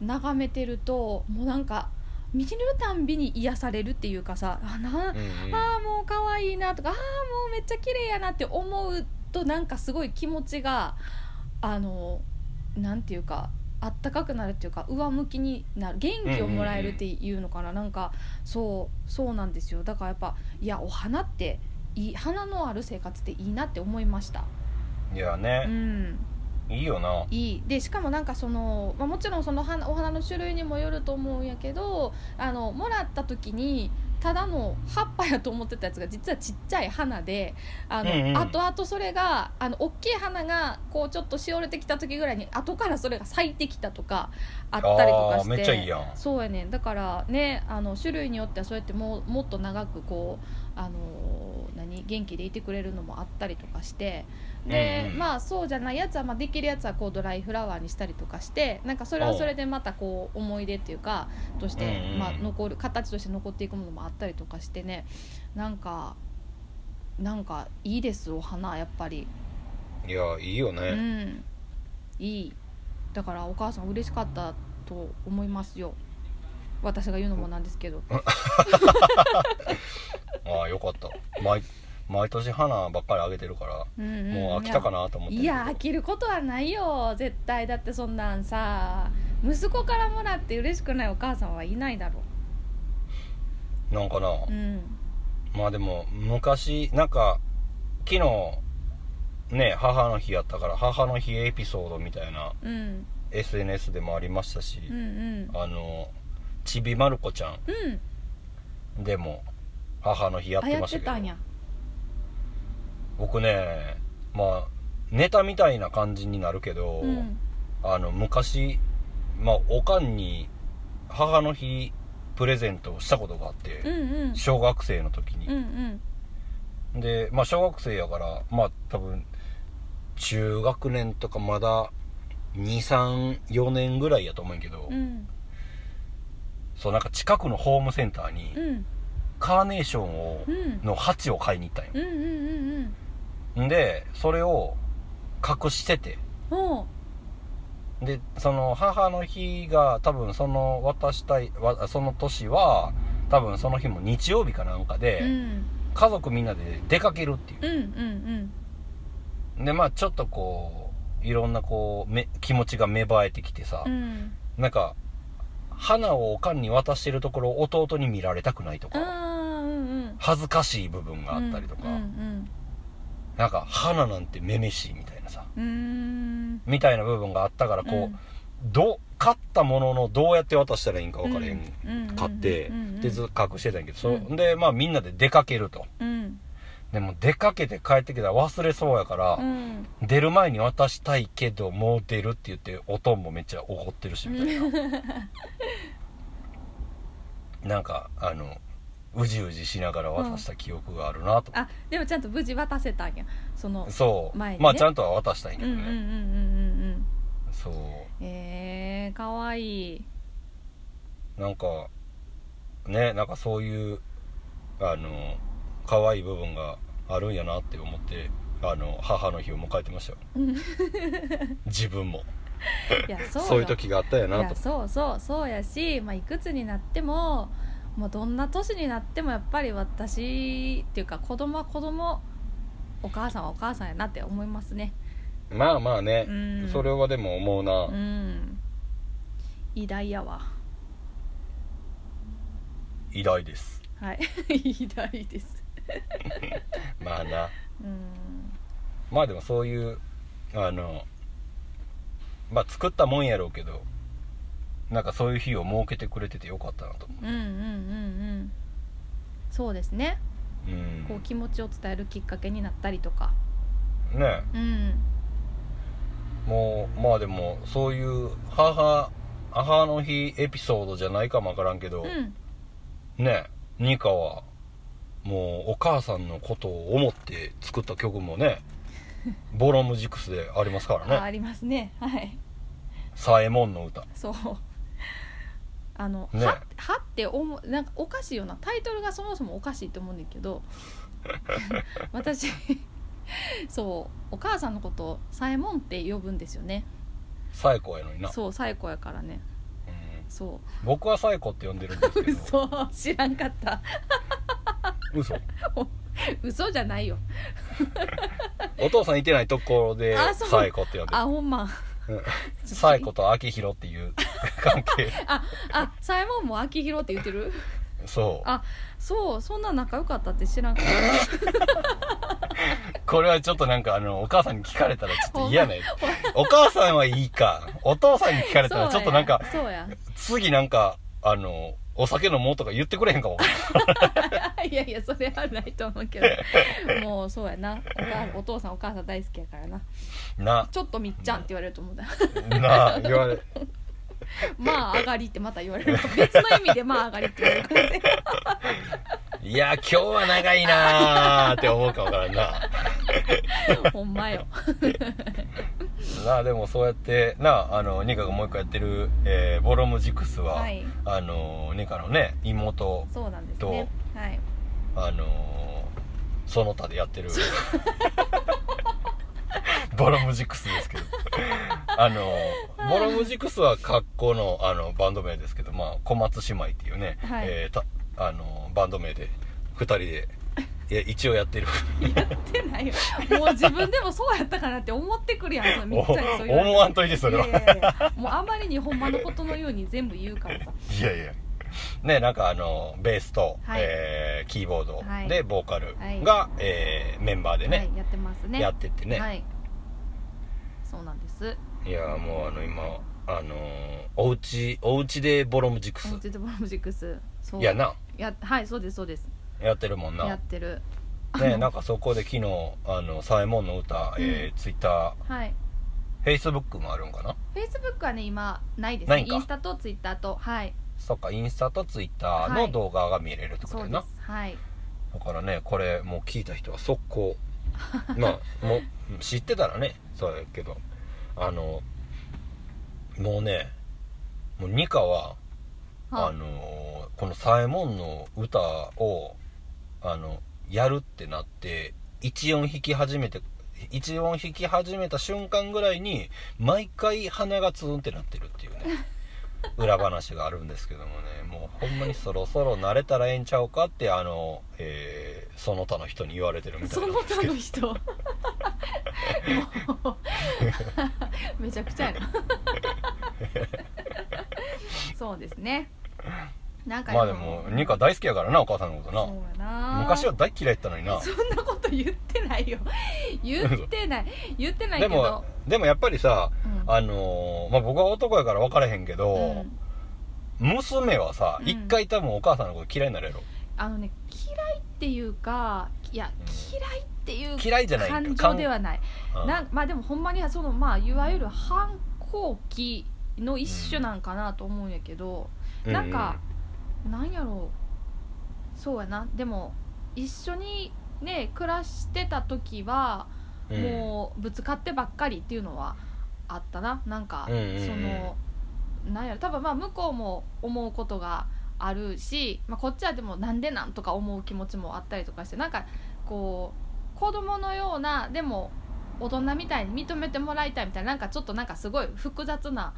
S2: 眺めてるともうなんか見るたんびに癒されるっていうかさあな
S1: うんうん
S2: ああもう可愛いなとかああもうめっちゃ綺麗やなって思うとなんかすごい気持ちがあのなんていうかあったかくなるっていうか上向きになる元気をもらえるっていうのかな、なんかそうそうなんですよだからやっぱいやお花っていい花のある生活っていいなって思いました。
S1: いや
S2: う
S1: ね、
S2: ん
S1: いいよない
S2: いでしかもなんかその、まあ、もちろんその花お花の種類にもよると思うんやけどあのもらった時にただの葉っぱやと思ってたやつが実はちっちゃい花であの、
S1: うんうん
S2: 後々それがあの大きい花がこうちょっとしおれてきた時ぐらいに後からそれが咲いてきたとかあったりとか
S1: あ
S2: して
S1: ーめっちゃいいやん
S2: そうやねんだからねあの種類によってはそうやってもうもっと長くこうあのー何元気でいてくれるのもあったりとかしてで、
S1: うんうん
S2: まあそうじゃないやつは、まあ、できるやつはこうドライフラワーにしたりとかしてなんかそれはそれでまたこう思い出っていうかとして、
S1: うんうん
S2: まあ、残る形として残っていくものもあったりとかしてねなんかなんかいいですお花やっぱり、
S1: いやいいよ
S2: う
S1: ね、
S2: ん、いいだからお母さん嬉しかったと思いますよ私が言うのもなんですけど。
S1: ああよかった毎毎年花ばっかりあげてるから、も
S2: も
S1: う飽きたかなと思って
S2: いや飽きることはないよ絶対だってそんなんさ息子からもらって嬉しくないお母さんはいないだろ
S1: なんかな、
S2: ううん
S1: まあでも昔なんか昨日ね母の日やったから母の日エピソードみたいな
S2: うん
S1: SNS でもありましたし、
S2: うんうん
S1: あのちびまる子ちゃ
S2: うん
S1: んでも母の日やっ
S2: あ
S1: て
S2: や
S1: ま
S2: っ
S1: してたけど
S2: たんや
S1: 僕ねまあネタみたいな感じになるけど、
S2: うん
S1: あの昔、まあ、おかんに母の日プレゼントをしたことがあって、
S2: うんうん
S1: 小学生の時に
S2: う、ん
S1: で、まあ、小学生やからまあ多分中学年とかまだ234年ぐらいやと思うんやけど、
S2: うんうん
S1: そうなんか近くのホームセンターに
S2: うん
S1: カーネーションを
S2: うんうん
S1: の鉢を買いに行ったんよ
S2: うんうんうん
S1: んでそれを隠してて
S2: おう
S1: でその母の日が多分その渡したいわその年は多分その日も日曜日かなんかで、
S2: うん
S1: 家族みんなで出かけるってい
S2: うんうん
S1: うでまあちょっとこういろんなこうめ気持ちが芽生えてきてさ、
S2: うんうん
S1: なんか花をおかんに渡してるところを弟に見られたくないとか
S2: あーうんうん
S1: 恥ずかしい部分があったりとか、
S2: うん
S1: なんか花なんてめめしいみたいなさ
S2: うんうん
S1: みたいな部分があったから
S2: うーん
S1: こう、どう買ったもののどうやって渡したらいいんか分からへん、
S2: うん
S1: 買って、
S2: うんうん
S1: でずっと隠してたんやけど、そ
S2: うん
S1: でまあみんなで出かけると
S2: うん
S1: でも出かけて帰ってきたら忘れそうやから
S2: う、ん
S1: 出る前に渡したいけどもう出るって言っておとんもめっちゃ怒ってるしみたいな なんかあのうじうじしながら渡した記憶があるなと、
S2: あでもちゃんと無事渡せたんやその
S1: そう、
S2: 前にね
S1: まあちゃんとは渡したいんや
S2: うん
S1: け
S2: うん
S1: ど
S2: うんうん
S1: ね、
S2: うん
S1: そう
S2: うんえー、かわいい
S1: なんかねなんかそういうあの可愛い部分があるんやなって思ってあの母の日を迎えてましたよ
S2: うん
S1: 自分も
S2: いや そ
S1: そううい
S2: よ
S1: う時があったんや
S2: い
S1: な
S2: や
S1: と
S2: そうそうそうやし、まあ、いくつになっても、まあ、どんな年になってもやっぱり私っていうか子供は子供お母さんはお母さんやなって思いますね
S1: まあまあね、
S2: うん
S1: それはでも思うな、
S2: うん偉大やわ
S1: 偉大です
S2: はい 偉大です
S1: まあな
S2: うん
S1: まあでもそういうあのまあ作ったもんやろうけどなんかそういう日を設けてくれててよかったなと思
S2: うんうんうんうんそうですね
S1: う、うん、
S2: こう気持ちを伝えるきっかけになったりとか
S1: ね
S2: うん
S1: もうまあでもそういう母母の日エピソードじゃないかもわからんけど、
S2: うん
S1: ねニカはもうお母さんのことを思って作った曲も ねボロムジクスでありますか
S2: あ
S1: ら
S2: あ
S1: ね
S2: りますねはい
S1: 「左衛門の歌
S2: そうあの、
S1: ね
S2: ははって思うなんかおかしいよなタイトルがそもそもおかしいと思うんだ けど私そうお母さんのことを左衛門って呼ぶんですよね」
S1: 最高やのにな、
S2: そう左衛子やからね
S1: うん
S2: そ
S1: 僕は最高って呼んでるんです
S2: う
S1: け ど
S2: 嘘知らんかった
S1: 嘘
S2: 嘘じゃないよ
S1: お父さんいてないところで
S2: あそう
S1: サエコって呼んでる
S2: あほんま
S1: サエコと秋広っていう関係
S2: ああ左衛門も秋広って言ってる
S1: そう
S2: あそうそんな仲良かったって知らんかっ
S1: これはちょっとなんかあのお母さんに聞かれたらちょっと嫌ね
S2: ほ
S1: お
S2: ん
S1: 母さんはいいかお父さんに聞かれ
S2: た
S1: たらちょっとなんか
S2: そうや
S1: 次なんかあのお酒飲もうとか言ってくれへんか も
S2: いやいやそれはないと思うけどもうそうやなおかお父さんお母さん大好きやからな
S1: な
S2: ちょっとみっちゃんって言われると思うんだ
S1: なあ言われ
S2: まあ上がりってまた言われる別の意味でまあ上がりって言われる
S1: いや今日は長いなあって思うかもわからんな
S2: ほんまよ
S1: なあでもそうやってなああのニカがもう一回やってる、えーボロムジクスは、
S2: はい
S1: あのニカのね妹
S2: そうなんですねはい
S1: あのー、その他でや ってるボロムジクスですけどあのー、ボロムジクスは格好のあのバンド名ですけど、まあ、小松姉妹っていうね、
S2: はい
S1: えーたあのーバンド名で2人でいや一応やってる
S2: やってないよもう自分でもそうやったかなって思ってくるやんそれみ
S1: お
S2: っちゃんにそう言われ
S1: 思わんといてそれは
S2: ていやいやいやもうあまりにほんまのことのように全部言うからさ
S1: いやいやねなんかあのーベースと、
S2: はい
S1: えーキーボード
S2: はい
S1: でボーカル
S2: はい
S1: が、えーメンバーでね、
S2: はい、やってますね
S1: やってってね、
S2: はいそうなんです
S1: い、やーもうあの今あのー、おうちおうちでボロムジックス
S2: ホンテッドボロムジックスそう
S1: いやな
S2: やはいそうですそうです
S1: やってるもんな
S2: やってる
S1: ねなんかそこで昨日あのサエモンの歌、えー、ツイッタ
S2: はい
S1: ーフェイスブックもあるんかな
S2: フェイスブックはね今ないです
S1: な
S2: ね
S1: いんか
S2: インスタとツイッターとはい
S1: そっかインスタとツイッター
S2: は
S1: の
S2: い
S1: 動画が見れるってこと
S2: そ
S1: や
S2: う
S1: な、
S2: ですはい
S1: だからねこれもう聞いた人は速 攻まあもう知ってたらねそうやけどあのもうねもうニカはあ
S2: は
S1: のこの「サえもん」の歌をあのやるってなって一音弾き始めて一音弾き始めた瞬間ぐらいに毎回鼻がツーンってなってるっていうね 裏話があるんですけどもねもうほんまにそろそろ慣れたらええんちゃうかってあの、えーその他の人に言われてるみた
S2: そ
S1: いな
S2: の
S1: んです
S2: 他
S1: けど
S2: の人もうめちゃくちゃや なそうですねなんか
S1: まあでもニカ大好きやからなお母さんのこと
S2: そう
S1: な
S2: やな
S1: 昔は大嫌いやったのにな
S2: そんなこと言ってない よ言ってない言ってないけ
S1: で
S2: ど
S1: もでもやっぱりさ
S2: うん
S1: あのーまあ、僕は男やから分からへんけど、
S2: うん
S1: 娘はさ
S2: うん
S1: 一、回多分お母さんのこと嫌いになるやろ
S2: あのね嫌いっていうかい
S1: う
S2: や
S1: ん
S2: 嫌いっていう
S1: 嫌いじゃない
S2: 感
S1: ん
S2: 情ではない
S1: かん
S2: なんまあでもほんまにはそのまあいわゆる反抗期の一種なんかなと思うんやけど、
S1: う
S2: なんかなんやろうそうやなでも一緒にね暮らしてた時は、
S1: うん
S2: もうぶつかってばっかりっていうのはあったななんか、
S1: うんうんうん
S2: そのなんやろ多分まあ向こうも思うことがあるし、まあ、こっちはでもなんでなんとか思う気持ちもあったりとかしてなんかこう子供のようなでも大人みたいに認めてもらいたいみたいななんかちょっとなんかすごい複雑な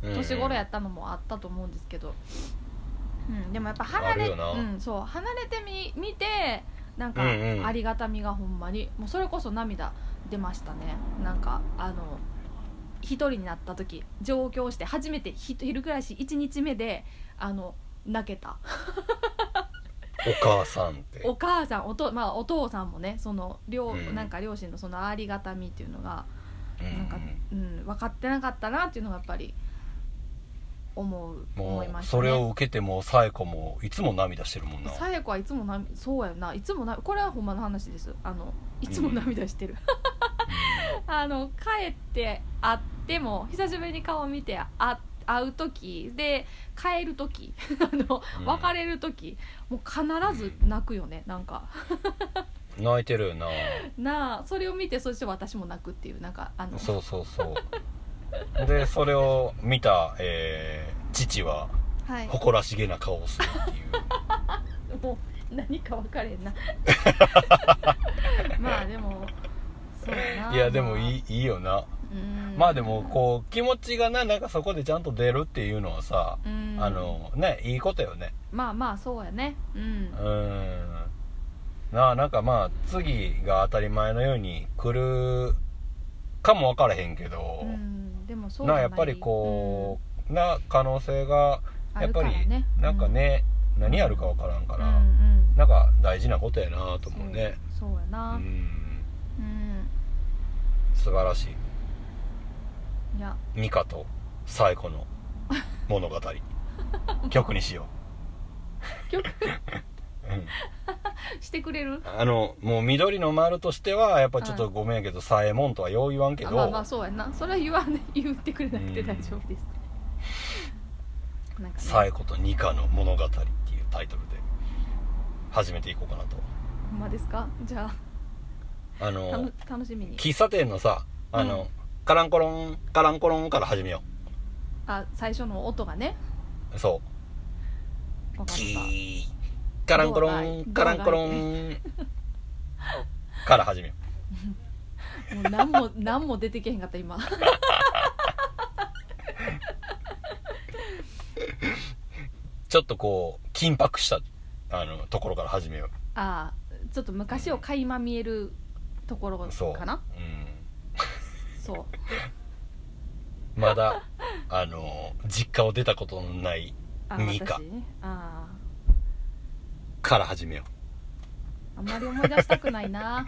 S1: うん
S2: 年頃やったのもあったと思うんですけど、うん、でもやっぱ離
S1: あ
S2: れ,、
S1: る
S2: う、
S1: よなん
S2: そう離れてみ見てなんか
S1: うんうん
S2: ありがたみがほんまにもうそれこそ涙出ましたねなんかあの一人になった時上京して初めてひ昼暮らし1日目であの泣けた
S1: お母さんって
S2: お母さんおと、まあ、お父さんもねその両、
S1: うん
S2: なんか両親のそのありがたみっていうのが、
S1: うん
S2: なんか、うん、分かってなかったなっていうのがやっぱり思う
S1: も
S2: 思いま
S1: う
S2: したね。
S1: それを受けてもさえ子もいつも涙してるもんな
S2: さや子はいつもなそうやないつもなこれはほんまの話ですあのいつも涙してる、あの帰って会っても久しぶりに顔見てあ会う時で帰る時 あの
S1: うん
S2: 別れる時、もう必ず泣くよねなんか
S1: 泣いてるよな
S2: なあそれを見てそして私も泣くっていうなんかあの
S1: そうそうそうでそれを見た、えー父は
S2: はい
S1: 誇らしげな顔をするっていう
S2: もう何か分かれ んなまあでもそうやない
S1: やでも
S2: まあ
S1: いいいいよな
S2: うん
S1: まあでもこう気持ちがななんかそこでちゃんと出るっていうのはさ、
S2: うん
S1: あのねいいことよね
S2: まあまあそうやねうん
S1: うーんなあなんかまあ次が当たり前のように来るかも分からへんけど、
S2: うんでもそうじ
S1: な
S2: ゃな
S1: あや
S2: い
S1: っぱりこう、な可能性が
S2: うん
S1: やっぱ
S2: あるから
S1: り
S2: ね
S1: なんかね、何あるか分からんか
S2: うんう
S1: ら、
S2: ん
S1: なんか大事なことやなと思うね
S2: そうそうや
S1: う
S2: なうん
S1: ん素晴らしい
S2: いや
S1: ニカとサエコ の物語曲にしよ
S2: 曲
S1: う、うん
S2: してくれる
S1: あのもう緑の丸としてはやっぱちょっとごめんやけど、サエモンとはよう言わんけ
S2: あ
S1: ど、
S2: まあまあそうやなそれは言わない 言ってくれなくて大丈夫ですなんかね
S1: サエコとニカの物語っていうタイトルで始めていこうかなと
S2: ほんまですかじゃ
S1: あ
S2: あ
S1: の
S2: 楽楽しみに
S1: 喫茶店のさあの、
S2: うん
S1: カランコロンカランコロンから始めよ
S2: あ最初の音がね
S1: うそう
S2: わかっ
S1: キ
S2: た
S1: ーカランコロン
S2: ド
S1: カ
S2: アが
S1: ランコロンから始めよ
S2: もう何も 何も出てけへんかった今
S1: うちょっとこう緊迫したあのところから始めよう
S2: あーちょっと昔を垣間見えるところ
S1: そう
S2: かな
S1: うん、
S2: そう
S1: まだあの実家を出たことのない
S2: あ
S1: ミ
S2: 私
S1: カ
S2: ああ
S1: から始めよう
S2: あんまり思い出したくないな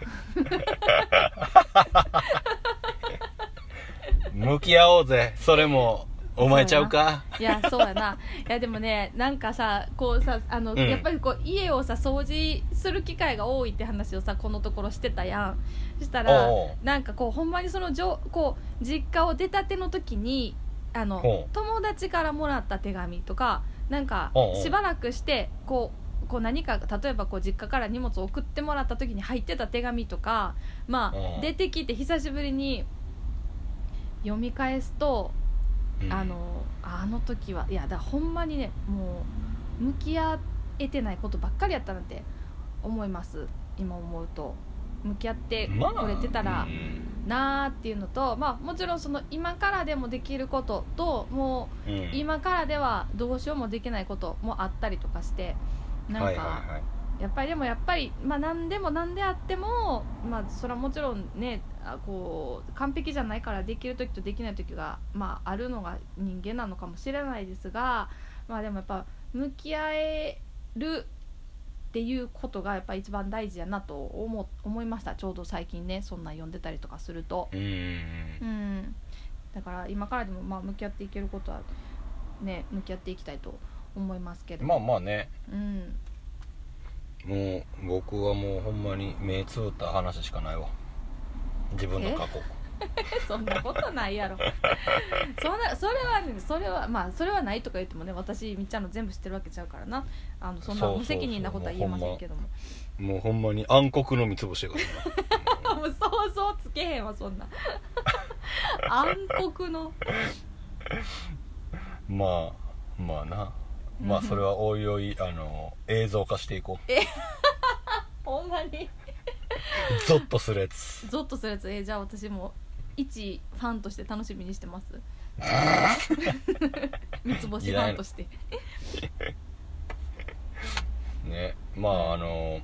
S1: 向き合おうぜそれもお前ちゃうか
S2: いやそうやないやでもねなんかさこうさあの、
S1: うん
S2: やっぱりこう家をさ掃除する機会が多いって話をさこのところしてたやんそしたら
S1: おうおう
S2: なんかこうほんまにそのじょこう実家を出たての時にあの
S1: ほう
S2: 友達からもらった手紙とかなんか
S1: おうおう
S2: しばらくしてこうこう何か例えばこう実家から荷物を送ってもらった時に入ってた手紙とかま
S1: おうお
S2: あ
S1: う
S2: 出てきて久しぶりに読み返すと
S1: うん
S2: あのあの時はいやだからほんまにねもう向き合えてないことばっかりやったなんて思います今思うと向き合って
S1: まあ
S2: これてたら
S1: うん
S2: なーっていうのと、まあ、もちろんその今からでもできることとも
S1: うん
S2: う今からではどうしようもできないこともあったりとかしてなんか、
S1: はいはいはい
S2: やっぱりでもやっぱり、まあ、何でも何であっても、まあ、それはもちろんねあこう完璧じゃないからできる時とできない時が、まあ、あるのが人間なのかもしれないですが、まあ、でもやっぱ向き合えるっていうことがやっぱ一番大事やなと思思いましたちょうど最近ねそんなん読んでたりとかすると。
S1: うんうん
S2: うん、だから今からでもまあ向き合っていけることはね向き合っていきたいと思いますけ
S1: う
S2: ど。
S1: んまあまあね
S2: うん
S1: もう僕はもうほんまに目つぶった話しかないわ自分の過去
S2: そんなことないやろ そんなそれはねそれはまあそれはないとか言ってもね私みっちゃんの全部知ってるわけちゃうからなあのそんな
S1: そうそうそう
S2: 無責任なことは言えませんけども
S1: もうほんまに暗黒の三つ星やからな
S2: もう想像つけへんわそんな 暗黒の
S1: まあまあなまあそれはおいおいあの映像化していこう
S2: ほんまに
S1: ゾッとするやつ
S2: ゾッとするやつえじゃあ私も一ファンとして楽しみにしてます 三つ星ファンとして
S1: ねまああの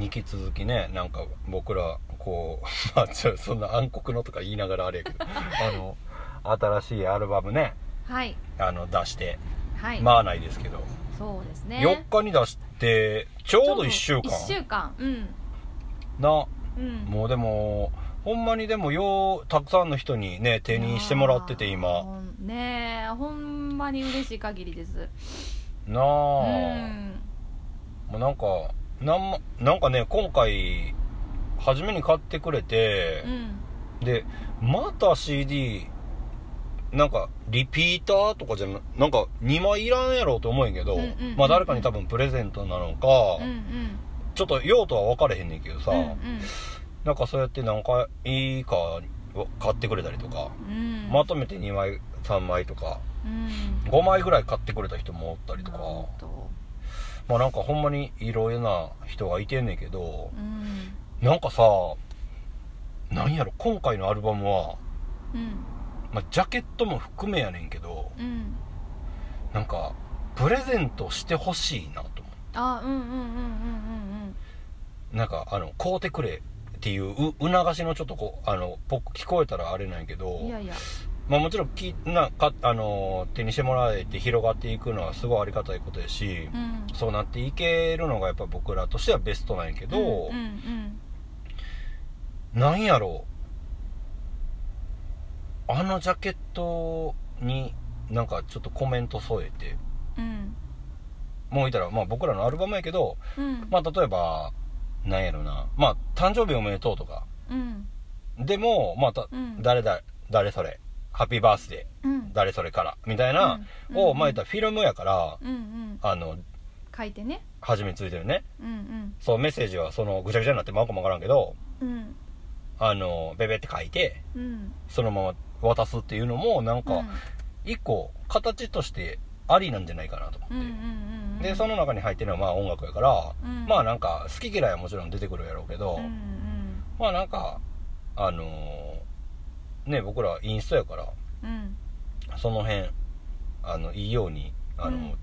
S1: 引き続きねなんか僕らこう まあちょそんな暗黒のとか言いながらあれやけどあの新しいアルバムね
S2: はい
S1: あの出して
S2: はい、
S1: まあないですけど、
S2: そうですね
S1: 4日に出してちょうど1週間
S2: 1週間うん
S1: な
S2: うん
S1: もうでもほんまにでもようたくさんの人にね手にしてもらってて
S2: いやー
S1: 今
S2: ほんねえほんまに嬉しい限りです
S1: なあ、
S2: うん
S1: もうなんかなんもなんかね今回初めに買ってくれて
S2: う、ん
S1: でまた CD なんかリピーターとかじゃななんか2枚いらんやろうと思うんやけど、
S2: うんうんうん
S1: まあ誰かに多分プレゼントなのか、
S2: うんうん
S1: ちょっと用途は分かれへんねんけどさ、
S2: うん
S1: なんかそうやって何回いいか買ってくれたりとか、
S2: うんうん
S1: まとめて2枚3枚とか
S2: うん
S1: 5枚ぐらい買ってくれた人もおったりとか、
S2: ほんと
S1: まあなんかほんまにいろいろな人がいてんねんけど
S2: うん
S1: なんかさなんやろ今回のアルバムは、
S2: うん
S1: まあ、ジャケットも含めやねんけど
S2: うん
S1: なんかプレゼントしてほしいなと思
S2: あうんうんうんうん
S1: うなんかあの買うてくれっていうう促しのちょっとこうあの僕聞こえたらあれなんやけど
S2: うんうんいやいや
S1: まあ、もちろんきなか、あのー手にしてもらえて広がっていくのはすごいありがたいことやし
S2: う、ん
S1: そうなっていけるのがやっぱ僕らとしてはベストなんやけど、
S2: うんうん
S1: なんやろうあのジャケットになんかちょっとコメント添えて
S2: うん
S1: もう言ったら、まあ、僕らのアルバムやけど、
S2: うん
S1: まあ、例えばなんやろな、まあ、誕生日おめでとうとか
S2: うん
S1: でも、まあた
S2: うん
S1: 誰だ誰それハッピーバースデ
S2: うん
S1: ー誰それからみたいな、
S2: うん
S1: を、まあ、言ったらフィルムやから、
S2: うんうん
S1: あの
S2: 書いてね
S1: 初めについてるね
S2: うん
S1: そうメッセージはそのぐちゃぐちゃになってまうかもわからんけど
S2: うんうん
S1: あのベベって書いて
S2: うん
S1: そのまま渡すっていうのもなん
S2: うん
S1: か一個形としてありなんじゃないかなと思
S2: うんうんう
S1: っ
S2: んうん
S1: てでその中に入ってるのはまあ音楽やから
S2: うん
S1: まあなんか好き嫌いはもちろん出てくるやろうけど
S2: うんうん
S1: まあなんかあのーね僕らインストやから
S2: うん
S1: その辺あのいいようにあの
S2: うん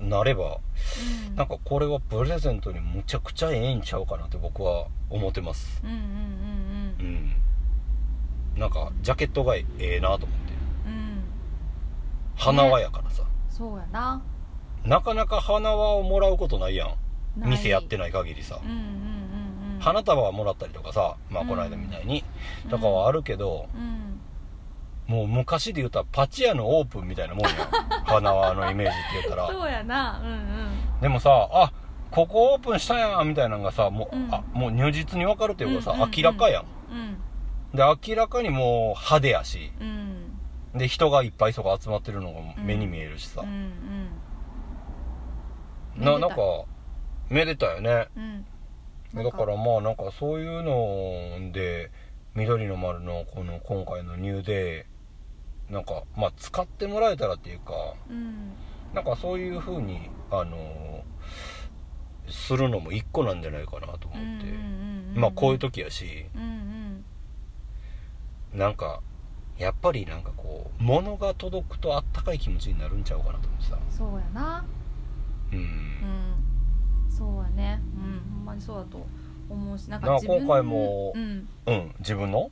S1: なれば
S2: うん
S1: なんかこれはプレゼントにむちゃくちゃええんちゃうかなって僕は思ってます
S2: うんうん
S1: う
S2: うん
S1: んなんかジャケットがええなと思って
S2: うんうん
S1: 花輪やからさ、
S2: そうやな
S1: なかなか花輪をもらうことないやん
S2: ない
S1: 店やってない限りさ
S2: うんうんうんうん
S1: 花束はもらったりとかさまあこの間みたいにとかはあるけど
S2: うん
S1: もう昔で言ったらパチ屋のオープンみたいなもんや花輪のイメージって言ったら
S2: そうやなうん
S1: でもさあここオープンしたやんみたいなのがさもう,、
S2: うん
S1: あもう如実に分かるというかさ、
S2: うんうんうん
S1: 明らかやん
S2: うん
S1: で明らかにもう派手やし
S2: うんうん
S1: で人がいっぱいそこ集まってるのが目に見えるしさ、
S2: うんうん
S1: な
S2: めで
S1: なん
S2: た
S1: かめでたよね
S2: うんなん
S1: だからまあなんかそういうので緑の丸のこの今回の「ニューデイ」なんかまあ使ってもらえたらっていうか
S2: うん
S1: なんかそういう風にあのーするのも一個なんじゃないかなと
S2: う
S1: 思
S2: ん
S1: って、
S2: うんん
S1: まあこういう時やし
S2: うんうん
S1: なんかやっぱりなんかこう物が届くとあったかい気持ちになるんちゃうかなと思ってさ
S2: そうやな
S1: う、
S2: うんんそうやねうんほんまにそうだと思うしなんか
S1: な
S2: 自分
S1: 今回も
S2: うん
S1: うん、自分の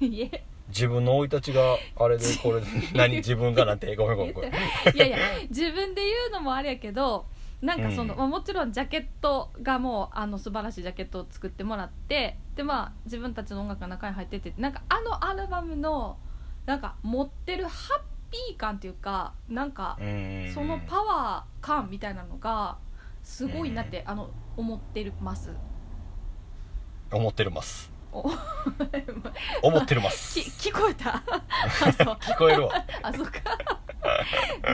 S2: いえ
S1: 自分の生い立ちがあ れでこれで何自分がなんてごめんごめんごめん
S2: いやいや自分で言うのもあれやけどなんかその、
S1: うん
S2: まあもちろんジャケットがもうあの素晴らしいジャケットを作ってもらってでまあ自分たちの音楽が中に入っててなんかあのアルバムのなんか持ってるハッピー感っていうかなんか
S1: うん
S2: そのパワー感みたいなのがすごいなって、あの思ってるます
S1: 思ってるます
S2: お
S1: 思ってるます
S2: き聞こえ たあそう
S1: 聞こえる わ
S2: あそうか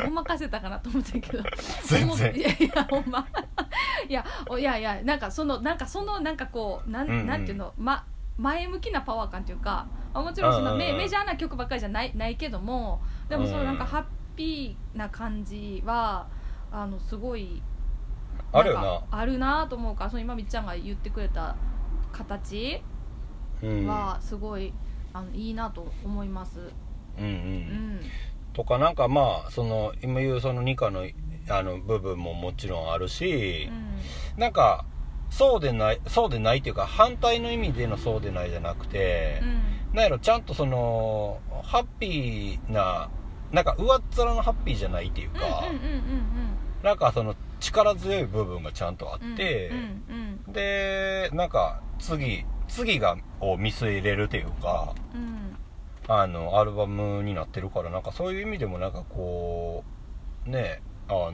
S2: ごまかせたかなと思ったけど
S1: 全
S2: 思っい
S1: 然
S2: やいやほんま いやおいやいやなんかそのなんかそのなんかこうなん,、
S1: うんうん
S2: なんていうのま前向きなパワー感というか、まあ、もちろんそんな
S1: うんうんうん
S2: メメジャーな曲ばっかりじゃないないけどもでもそのなんか
S1: うん
S2: ハッピーな感じはあのすごい
S1: あるよ
S2: ん
S1: な
S2: かあるなと思うからその今みっちゃんが言ってくれた形
S1: うん
S2: はすごい、あのいいなと思います。
S1: うんう
S2: うんん
S1: とかなんかまあその今言うその二課のあの部分ももちろんある
S2: う
S1: し、
S2: ん
S1: なんかそうでないそうでないっていうか反対の意味でのそうでないじゃなくて、なんやろちゃんとそのハッピーななんか上っ面のハッピーじゃないっていう
S2: うん
S1: か、
S2: うんうんうん
S1: なんかその力強い部分がちゃんとあ
S2: うん
S1: って、
S2: うんうん
S1: でなんか次次がを見据えれるというか
S2: うん
S1: あのアルバムになってるからなんかそういう意味でもなんかこうねあの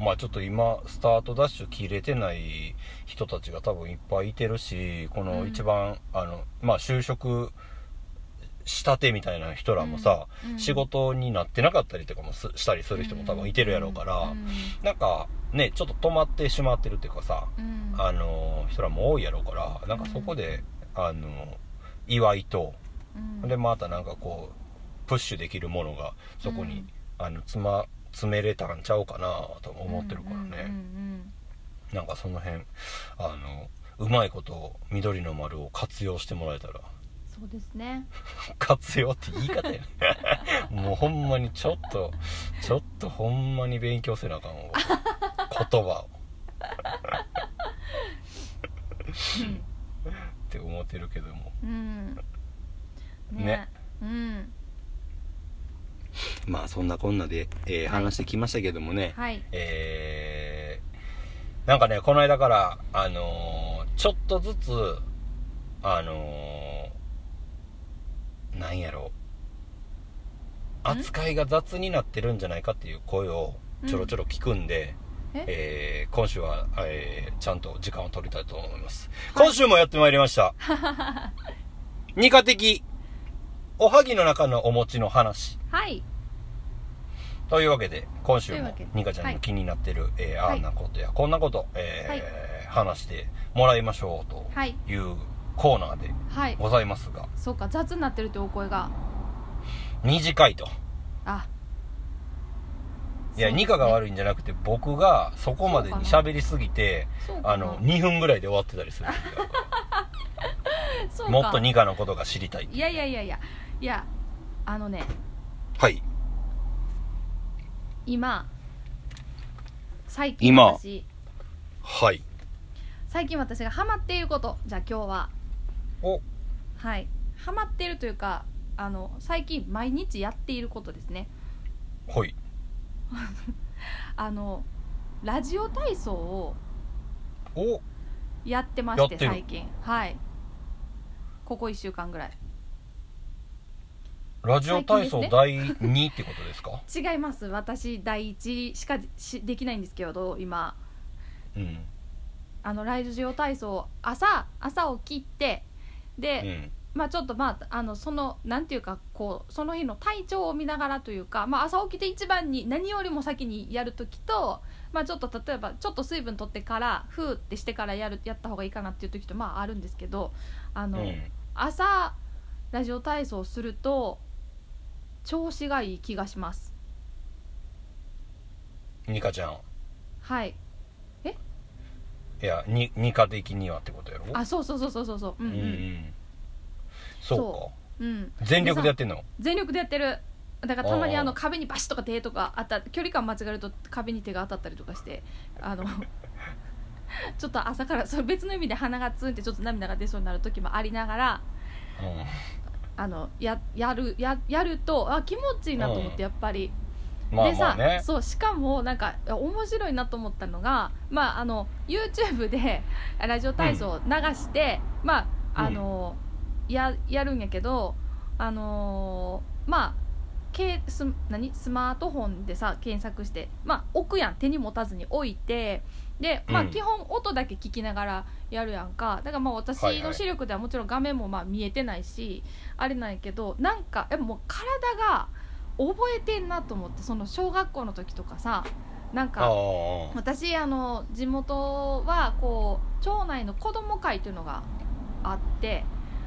S1: まあちょっと今スタートダッシュ切れてない人たちが多分いっぱいいてるしこ
S2: う
S1: の
S2: ん
S1: 一番、あのまあ就職したてみたいな人らもさ、
S2: うんうん
S1: 仕事になってなかったりとかもすしたりする人も多分いてるやろうから、
S2: うん
S1: なんかねちょっと止まってしまってるっていうかさ、
S2: うん
S1: あの人らも多いやろうからなんかそこで、あの祝いと
S2: うん
S1: でまたなんかこうプッシュできるものがそこに、
S2: うん
S1: あのつま詰めれたんちゃうかなとも思ってるからね、
S2: うん
S1: なんかその辺あのうまいこと緑の丸を活用してもらえた ら
S2: そうで すね
S1: 活用って言い 方やねもうほんまにちょっとちょっとほんまに勉強せなあかんわ言葉をって思ってるけども
S2: うん
S1: ね
S2: うん
S1: まあそんなこんなで、えー話してきましたけどもね、
S2: はい
S1: えーなんかね、この間から、あのーちょっとずつ、あのーなんやろ扱いが雑になってるんじゃないかっていう声をちょろちょろ聞くんで、
S2: え
S1: えー今週は、えーちゃんと時間を取りたいと思います。
S2: はい
S1: 今週もやってまいりま した。二課的、おはぎの中のお餅の話。
S2: はい
S1: というわけで今週
S2: という
S1: も
S2: わけで
S1: ニカちゃん
S2: は
S1: の
S2: い
S1: 気になってる、えー
S2: はい
S1: あんなことやこんなこと、えー
S2: はい
S1: 話してもらいましょうと
S2: はい
S1: いうコーナーで
S2: はい
S1: ございますが
S2: そうか雑になってるってお声が
S1: 短いと
S2: あ
S1: いや、
S2: そうですね
S1: ニカが悪いんじゃなくて僕がそこまでに喋りすぎて
S2: そうか
S1: あの2分ぐらいで終わってたりする時 があるか
S2: そう
S1: ら
S2: か
S1: もっとニカのことが知りたい
S2: いやいやいやいやいやあのね
S1: はい
S2: 今最近
S1: 今
S2: 私
S1: はい
S2: 最近私がハマっていることじゃあ今日は
S1: お
S2: はいハマっているというかあの最近毎日やっていることですね
S1: ほい
S2: あのラジオ体操を
S1: お
S2: やってまして
S1: やってる
S2: 最近はいここ1週間ぐらい
S1: ラジオ体操
S2: 最
S1: 第2ってことですか
S2: 違います私第一しかしできないんですけど今
S1: うん
S2: あのラジオ体操朝朝起きてで、
S1: うん
S2: まあちょっとまああのそのなんていうかこうその日の体調を見ながらというか、まあ、朝起きて一番に何よりも先にやる時と、まあ、ちょっと例えばちょっと水分取ってからふーってしてからやるやった方がいいかなっていう時とまああるんですけどあ
S1: う
S2: の、
S1: ん
S2: 朝ラジオ体操すると調子がいい気がします。
S1: ニカちゃん
S2: はい
S1: いやにニカ的にはってことやろ
S2: あそうそうそうそうそうそうう
S1: うんんう
S2: うん
S1: んそ
S2: そうう、うん、
S1: か全力でやってんの
S2: 全力でやってるだからたまに
S1: あー
S2: あの壁にバシッとか手とかあた距離感間違えると壁に手が当たったりとかしてあ のちょっと朝からそれ別の意味で鼻がツンってちょっと涙が出そうになる時もありながらあのややるややるとあ気持ちいいなと思っ
S1: うん
S2: てやっぱり、
S1: うんまあ
S2: でさ、
S1: まあね
S2: そうしかもなんかいや面白いなと思ったのが、まあ、あの YouTube で あラジオ体操を流して、まああのややるんやけど、あのーまあけス何スマートフォンでさ検索して、まあ、置くやん手に持たずに置いてで、まあ、
S1: うん
S2: 基本音だけ聞きながらやるやんかだからまあ私
S1: はいは
S2: の
S1: い
S2: 視力ではもちろん画面もまあ見えてないしあれなんやけどなんかえもう体が覚えてんなと思ってその小学校の時とかさなん
S1: あ
S2: か
S1: あ
S2: 私あの地元はこう町内の子供会というのがあって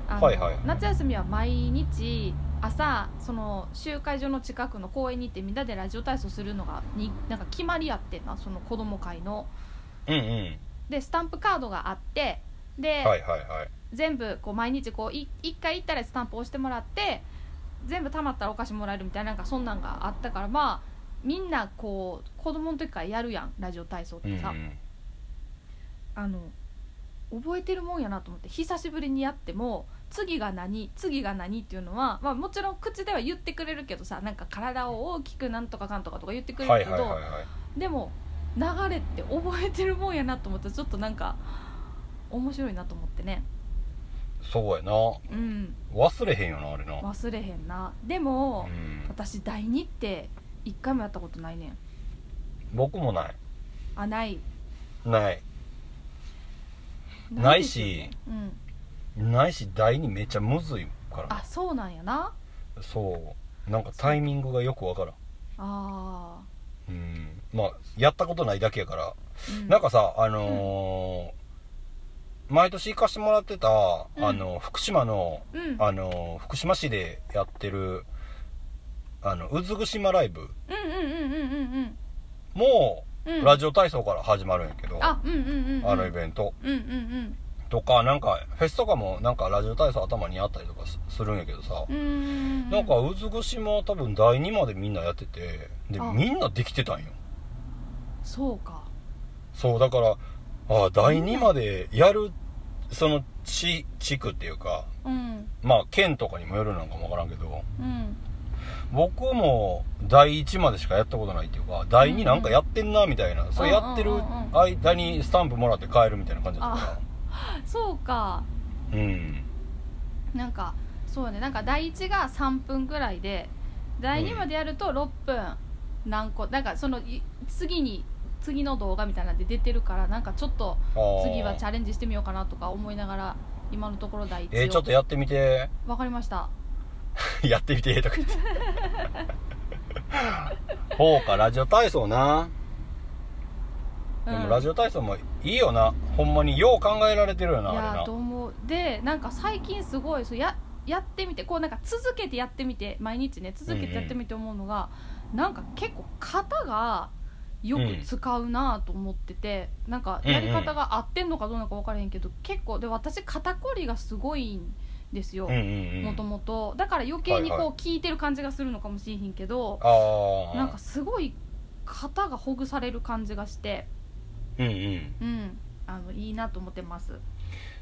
S2: あの、
S1: はいはいはい
S2: 夏休みは毎日朝その集会所の近くの公園に行ってみんなでラジオ体操するのがになんか決まりやってんなその子供会の。
S1: うんうん
S2: でスタンプカードがあってで、
S1: はいはいはい
S2: 全部こう毎日こうい1回行ったらスタンプ押してもらって全部貯まったらお菓子もらえるみたいななんかそんなんがあったからまあみんなこう子供の時からやるやんラジオ体操っ
S1: うんう
S2: てさ、
S1: ん
S2: あの覚えてるもんやなと思って久しぶりにやっても次が何次が何っていうのは、まあ、もちろん口では言ってくれるけどさなんか体を大きくなんとかかんとかとか言ってくれ
S1: は
S2: る
S1: い
S2: け
S1: はい
S2: ど、
S1: はいはい
S2: でも流れって覚えてるもんやなと思ってちょっとなんか面白いなと思ってね
S1: そうやな
S2: うん
S1: 忘れへんよなあれな
S2: 忘れへんなでも
S1: う、ん
S2: 私第2って一回もやったことないねん
S1: 僕もない
S2: あない
S1: ないないし
S2: ですよね
S1: ないし第二めっちゃむずいか
S2: うん、
S1: ら
S2: あそうなんやな
S1: そうなんかタイミングがよくわからん
S2: あ
S1: うんまあやったことないだけやから、
S2: ー、う
S1: なんかさあのー毎年行かしてもらってた、
S2: うん
S1: あの福島の
S2: うん
S1: あのー福島市でやってるあのうずぐしまライブ
S2: うんうんうんうんうん
S1: も
S2: うんうん
S1: ラジオ体操から始まるんやけど、
S2: あうんうんうんうん
S1: あのイベント
S2: うんうん
S1: とかなんかフェスとかもなんかラジオ体操頭にあったりとかすするんやけどさ、
S2: うんうん
S1: なんかうずぐしま多分第2までみんなやっててで
S2: あ
S1: みんなできてたんよ
S2: そうか
S1: そうだからああ第2までやるその地地区っていうか
S2: うん
S1: まあ県とかにもよるなんかもわからんけど
S2: うん
S1: 僕も第1までしかやったことないっていうか第
S2: うんう
S1: 2
S2: ん
S1: なんかやってんなみたいな、それやってる
S2: うんうんうんうん
S1: 間にスタンプもらって帰るみたいな感じだったか
S2: そうから
S1: うん
S2: なんかそうやねなんか第1が3分ぐらいで第2までやると6分何個、なんかそのい次に次の動画みたいなんで出てるからなんかちょっと
S1: あー
S2: 次はチャレンジしてみようかなとか思いながら今のところ第1
S1: えー、ちょっとやってみて
S2: わかりました
S1: やってみてとか言 ってほうかラジオ体操なでもラジ
S2: オ
S1: オ体操もいいよなほんまによう考えられてるよない
S2: や
S1: あ
S2: ー
S1: れ
S2: と
S1: な
S2: 思うでなんか最近すごいそうややってみてこうなんか続けてやってみて毎日ね続けてやってみて思うのが、なんか結構型がよく使うなと思ってて、なんかやり方が合ってんのかどうなのか分からへんけど、結構で私肩こりがすごいんですよ
S1: うんうんう
S2: もと
S1: ん
S2: もとだから余計に
S1: はいは
S2: こう効いてる感じがするのかもしれへんけど、
S1: ああ
S2: なんかすごい肩がほぐされる感じがして
S1: うんうん
S2: うんあのいいなと思ってます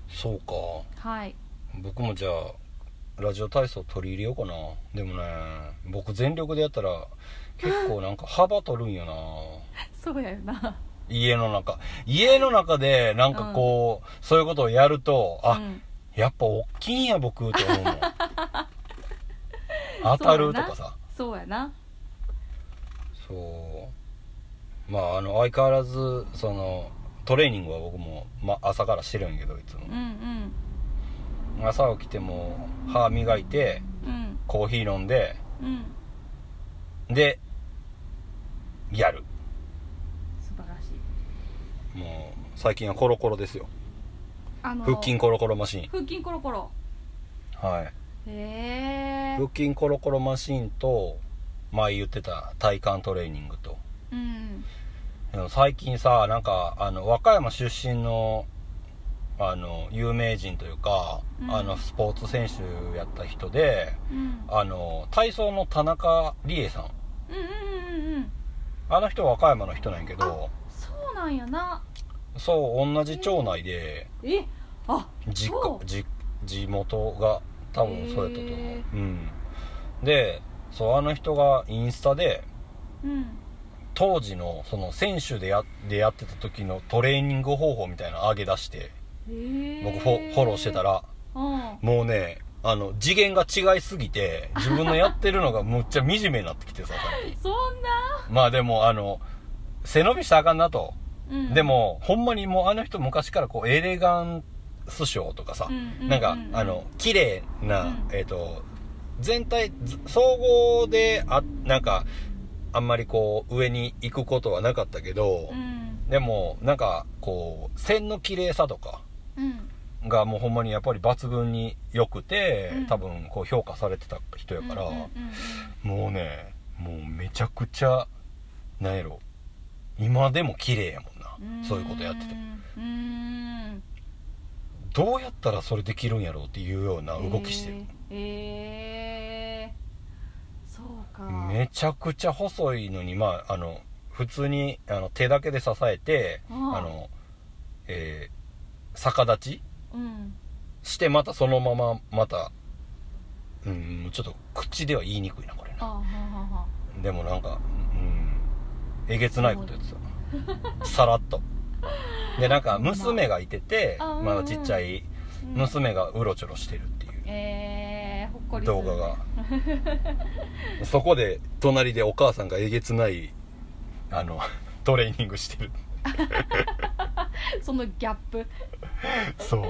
S1: そうか
S2: はい
S1: 僕もじゃあラジオ体操取り入れようかなでもね僕全力でやったら結構なんか幅取るんよな
S2: そうやよな
S1: 家の中家の中でなんかこう、そういうことをやるとあ、
S2: うん
S1: やっぱ大きいんや僕と思うもん当たるとかさ
S2: そうやな
S1: そうまああの相変わらずそのトレーニングは僕も、ま、朝からしてるんやけどいつも
S2: うんうん
S1: 朝起きても歯磨いて
S2: うん
S1: コーヒー飲んで
S2: うん
S1: でやる
S2: 素晴らしい
S1: もう最近はコロコロですよ
S2: あの
S1: 腹筋コロコロマシン
S2: 腹筋コロコロ
S1: はい
S2: へえ
S1: 腹筋コロコロマシンと前言ってた体幹トレーニングと
S2: うん
S1: でも最近さなんかあの和歌山出身のあの有名人というか、
S2: うん
S1: あのスポーツ選手やった人で
S2: うん
S1: あの体操の田中理恵さん
S2: うんうんうんうんうん
S1: あの人は和歌山の人なんやけど
S2: そうなんやな
S1: そう同じ町内で
S2: えあ
S1: 実
S2: そ
S1: 家
S2: う
S1: じ地元が多分そうやったと思う、
S2: へ
S1: うんでそうあの人がインスタで
S2: うん
S1: 当時のその選手でやでやってた時のトレーニング方法みたいなの上げ出して
S2: へえ
S1: 僕フォフォローしてたら
S2: うん
S1: もうねあの次元が違いすぎて自分のやってるのがむっちゃ惨めになってきてさ最近
S2: そんな、
S1: まあでもあの背伸びしたらあかんなと、
S2: うん
S1: でもほんまにもうあの人昔からこうエレガンスショーとかさ、
S2: うんうう
S1: なんかあの綺麗な、
S2: うん
S1: えっ、と全体ず総合であなんかあんまりこう上に行くことはなかったけど、
S2: うん
S1: でもなんかこう線の綺麗さとか
S2: うん
S1: がもうほんまにやっぱり抜群に良くて、
S2: うん
S1: 多分こう評価されてた人やから、
S2: うんうんうんうん
S1: もうねもうめちゃくちゃなんやろ今でも綺麗やもんなそういうことやってて
S2: うーん
S1: どうやったらそれできるんやろうっていうような動きしてる、
S2: えーえーそうか
S1: めちゃくちゃ細いのにまああの普通にあの手だけで支えて
S2: あ
S1: あ
S2: あ
S1: の、えー逆立ち
S2: うん
S1: してまたそのまままたうんちょっと口では言いにくいなこれ
S2: あ
S1: な
S2: ははは
S1: でもなんかうんえげつないことやってたさらっとでなんか娘がいてて
S2: あ
S1: まだちっちゃい
S2: うん
S1: 娘がうろちょろしてるっていう
S2: えー、ほっこりする
S1: 動画 がそこで隣でお母さんがえげつないあの トレーニングしてる
S2: そのギャップ
S1: そう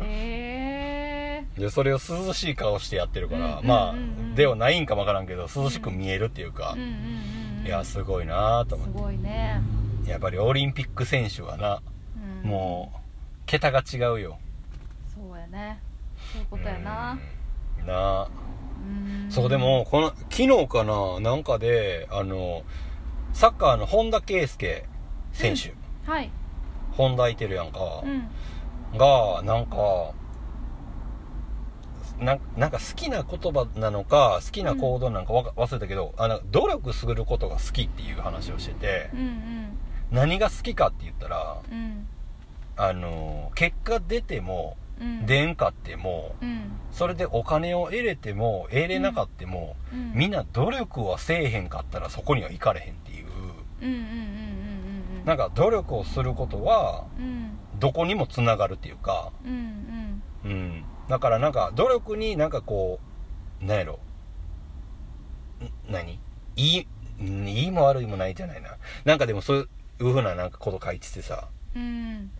S2: えー、
S1: でそれを涼しい顔してやってるから、
S2: うん
S1: まあ、
S2: うんうんうん
S1: ではないんかわからんけど涼しく見えるっていうか
S2: うん、うんうんうん
S1: いやすごいなと思
S2: す
S1: っ
S2: ごいね、
S1: てやっぱりオリンピック選手はな、
S2: うん、
S1: もう桁が違うよ
S2: そうやねそういうことやな
S1: うんなあ
S2: うん
S1: そうでもこの昨日かななんかであのサッカーの本田圭佑選手、
S2: はい
S1: 本田いてるやんか
S2: う、ん
S1: がなんかななんか好きな言葉なのか好きな行動なのかわか忘れたけど、あの努力することが好きっていう話をしてて
S2: うんうん
S1: 何が好きかって言ったら
S2: うん
S1: あの結果出ても
S2: うん
S1: 出んかっても
S2: うん
S1: それでお金を得れても得れなかっても、
S2: うん
S1: みんな努力はせえへんかったらそこには行かれへんっていう
S2: うんうんうんうんうん
S1: なんか努力をすることは
S2: うん
S1: どこにもつながるっていうか、
S2: うんうん
S1: うん、だからなんか努力になんかこうなんやろん何いいんいいも悪いもないじゃないななんかでもそういうふうななんかこと書いててさ
S2: うん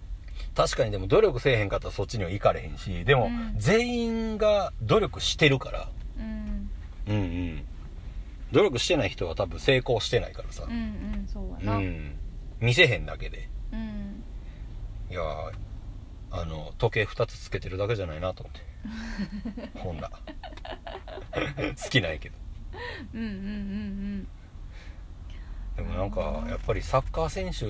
S1: 確かにでも努力せえへんかったらそっちには行かれへんしでも
S2: うん
S1: 全員が努力してるから
S2: うん
S1: うんうん努力してない人は多分成功してないからさ
S2: うんうんそう
S1: う
S2: やなうん
S1: 見せへんだけで
S2: ん
S1: いやーあの時計2つつけてるだけじゃないなと思って 本だ 好きなんやけど
S2: うんうんうん
S1: でもなんかやっぱりサッカー選手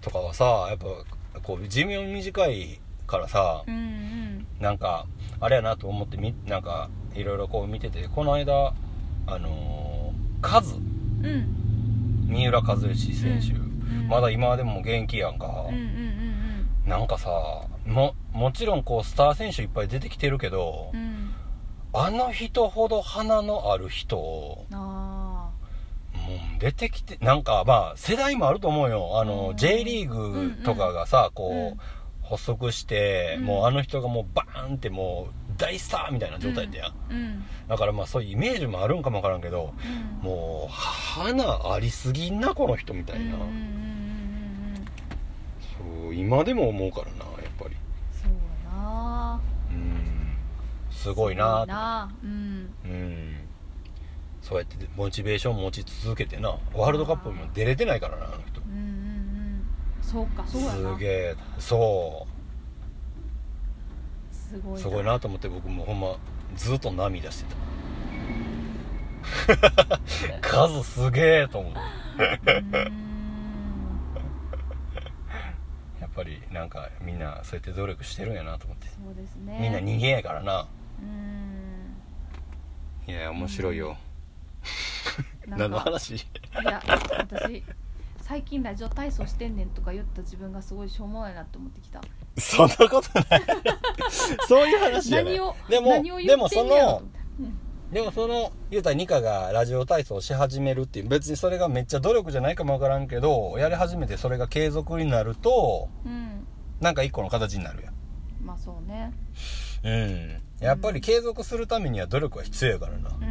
S1: とかはさやっぱこう寿命短いからさ
S2: うんうん
S1: なんかあれやなと思ってみなんかいろいろこう見ててこの間あのーカズ
S2: うんうん
S1: 三浦知良選手、
S2: うん
S1: まだ今でも現役やんか、
S2: うんうんうん
S1: なんかさももちろんこうスター選手いっぱい出てきてるけど、
S2: うんうん
S1: あの人ほど花のある人を
S2: あ
S1: もう出てきてなんかまあ世代もあると思うよあの、
S2: うん
S1: J リーグとかがさこ
S2: うん
S1: う発足して、
S2: うん
S1: もうあの人がもうバーンってもう大スターみたいな状態だよ、
S2: うんうん
S1: だからまあそういうイメージもあるんかもわからんけどもう花ありすぎんなこの人みたいな、
S2: うんうんうんうんうんうん
S1: そう今でも思うからなやっぱり
S2: そうやな
S1: うんす
S2: す
S1: ごいな
S2: ごいなうん
S1: うんそうやってモチベーション持ち続けてなワールドカップも出れてないからなあの人
S2: うんうんうんそうかそうやな
S1: すげえそう
S2: すごい
S1: すごいなと思って僕もほんまずっと涙して た数すげえと思う
S2: うん
S1: やっぱりなんかみんなそうやって努力してるんやなと思って
S2: そうですね
S1: みんな人間やからな
S2: うん
S1: いや面白いよ
S2: なん
S1: 何の
S2: か
S1: 話
S2: いや私最近ラジオ体操してんねんとか言った自分がすごいしょうもないなって思ってきた
S1: そんなことない そういう話じゃない
S2: 何を
S1: でも
S2: 何を言ってんねやろと思って
S1: でもその言うたらニカがラジオ体操をし始めるっていう別にそれがめっちゃ努力じゃないかもわからんけどやり始めてそれが継続になると
S2: うん
S1: なんか一個の形になるやん
S2: まあそうね
S1: うんやっぱり継続するためには努力は必要やからな
S2: うんうんう
S1: う
S2: ん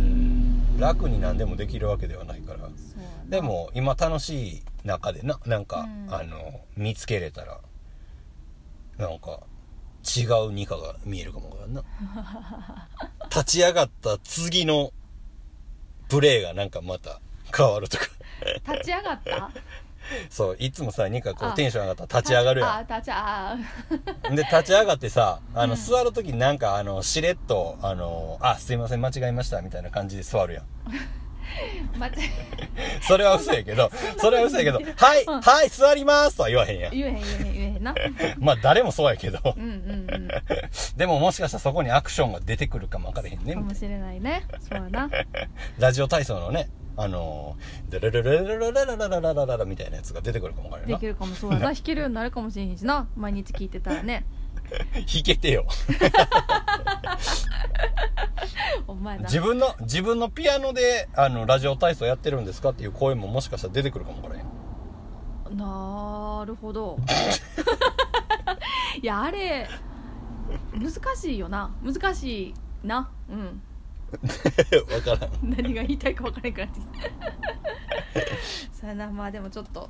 S1: ん楽に何でもできるわけではないから
S2: うんそうやな
S1: でも今楽しい中でななんか、
S2: うん
S1: あの見つけれたらなんか違うニカが見えるかもわからんな 立ち上がった次のプレーがなんかまた変わるとか
S2: 立ち上がった
S1: そういつもさニカこう
S2: あ
S1: テンション上がったら立ち上がるやん
S2: あ立ちあ
S1: で立ち上がってさあの、
S2: うん
S1: 座る時になんかあのしれっとあの「あすいません間違えました」みたいな感じで座るやん
S2: ー待って
S1: それは嘘やけどそれは嘘やけど「はい
S2: うん
S1: はい座ります」とは言わへんやん
S2: 言えへん言えへん言えへんな
S1: まあ誰もそうやけど
S2: うんうんうん
S1: でももしかしたらそこにアクションが出てくるかも分からへんね
S2: かもしれないねそうやな
S1: ラジオ体操のねあの「ダララララララララララララみたいなやつが出てくるかも分からへん
S2: で
S1: な
S2: きるかもそうやな弾けるようになるかもしれへんしな毎日聞いてたらね
S1: 弾けてよ
S2: お前な
S1: 自分の自分のピアノであのラジオ体操やってるんですかっていう声ももしかしたら出てくるかも分からへん
S2: なるほど いやあれ難しいよな難しいなうん
S1: 分からん
S2: 何が言いたい か分からなくなってきたそうやなまあでもちょっと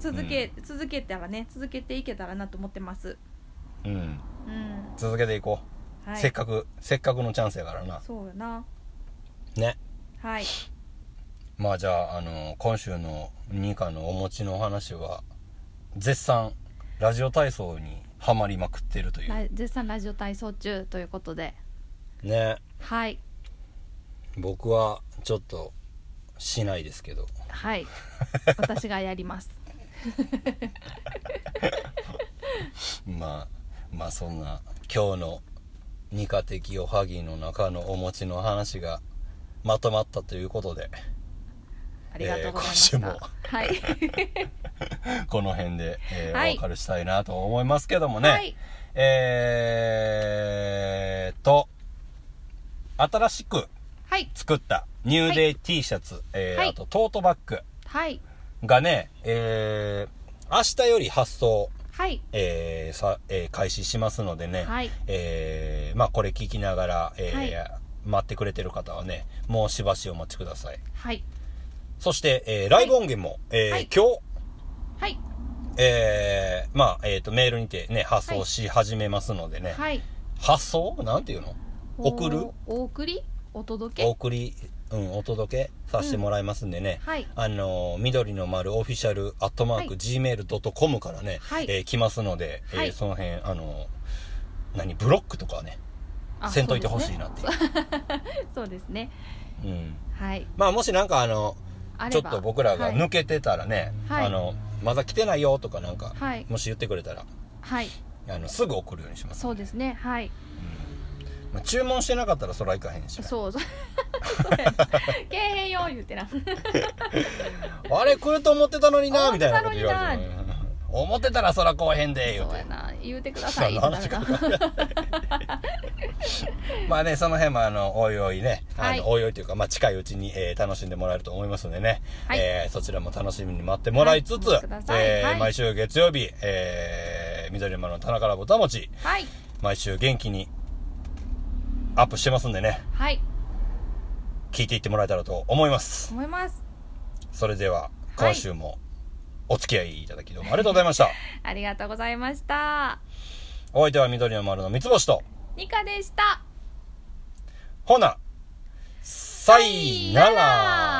S2: 続け、続けたらね続けていけたらなと思ってます
S1: うん
S2: うん
S1: 続けていこう
S2: はい
S1: せっかくせっかくのチャンスやからな
S2: そうやな
S1: ね
S2: はい
S1: まあじゃあ、あの今週の2課のお持ちのお話は絶賛ラジオ体操にはまりまくってるという
S2: ラ絶賛ラジオ体操中ということで
S1: ね
S2: はい
S1: 僕はちょっとしないですけど
S2: はい 私がやります
S1: まあまあそんな今日の二課的おはぎの中のお持ちの話がまとまったということで
S2: ありがとうございました、
S1: えー今週も
S2: は い、
S1: この辺で、えー
S2: はい
S1: お別れしたいなと思いますけどもね、
S2: はい
S1: えーっと新しく
S2: はい
S1: 作ったニューデイ T シャツ、えー
S2: はい
S1: あとトートバッグ
S2: はい
S1: がね、えー明日より発送、
S2: はい
S1: えーさえー開始しますのでね、
S2: はい
S1: えーまあ、これ聞きながら、えー
S2: は
S1: 待ってくれてる方はねもうしばしお待ちください
S2: はい
S1: そして、えーライブ音源も、えー
S2: はい
S1: 今日
S2: はい
S1: えーまあ、えっ、と、メールにてね、発送し始めますのでね。
S2: はい
S1: 発送なんていうの送る
S2: おお送りお
S1: お
S2: 届け
S1: 送り、うん、お届けさせてもらいますんでね。
S2: はい
S1: あのー緑の丸オフィシャルアットマー
S2: は
S1: ク
S2: い
S1: gmail.com からね、
S2: はい
S1: えー来ますので、
S2: は
S1: えー
S2: い
S1: その辺、あのー何、ブロックとかはね、
S2: あ
S1: せんといてほしいなっていう。
S2: そうですね
S1: うん。
S2: はい
S1: まあ、もしなんかあの、
S2: あ
S1: ちょ
S2: れ
S1: っ
S2: ば
S1: と僕らが
S2: は
S1: 抜
S2: い
S1: けてたらね、
S2: はい
S1: あの、まだ来てないよとかなんか、
S2: はい
S1: もし言ってくれたら、
S2: はい
S1: あの、すぐ送るようにします。
S2: そうですねはい
S1: まあ、注文してなかったらそらいかへんしな
S2: そうそうそうやなけえへんよ言ってな
S1: あれ来ると思ってたのになみ
S2: 思ったて
S1: いな
S2: た
S1: こ
S2: の
S1: と
S2: に
S1: 言われてね思ってたらそらこうへんで言う
S2: そう
S1: て
S2: やな言うてくださ
S1: 何
S2: い
S1: の話か
S2: みたいな
S1: まあねその辺もあのおいおいねあの、
S2: はい
S1: おいおいというか、まあ、近いうちに、えー楽しんでもらえると思いますんでね、
S2: はい
S1: えーそちらも楽しみに待ってもらいつつ、
S2: はいお待ちください
S1: えー
S2: はい
S1: 毎週月曜日、えー、緑山の棚からぼたもち
S2: はい
S1: 毎週元気にアップしてますんでね
S2: はい
S1: 聞いていってもらえたらと思います
S2: 思います
S1: それでは今週もお付き合いいただきどうもありがとうございました、
S2: ありがとうございました
S1: お相手は緑の丸の三つ星と
S2: ニカでした
S1: ほなさいなら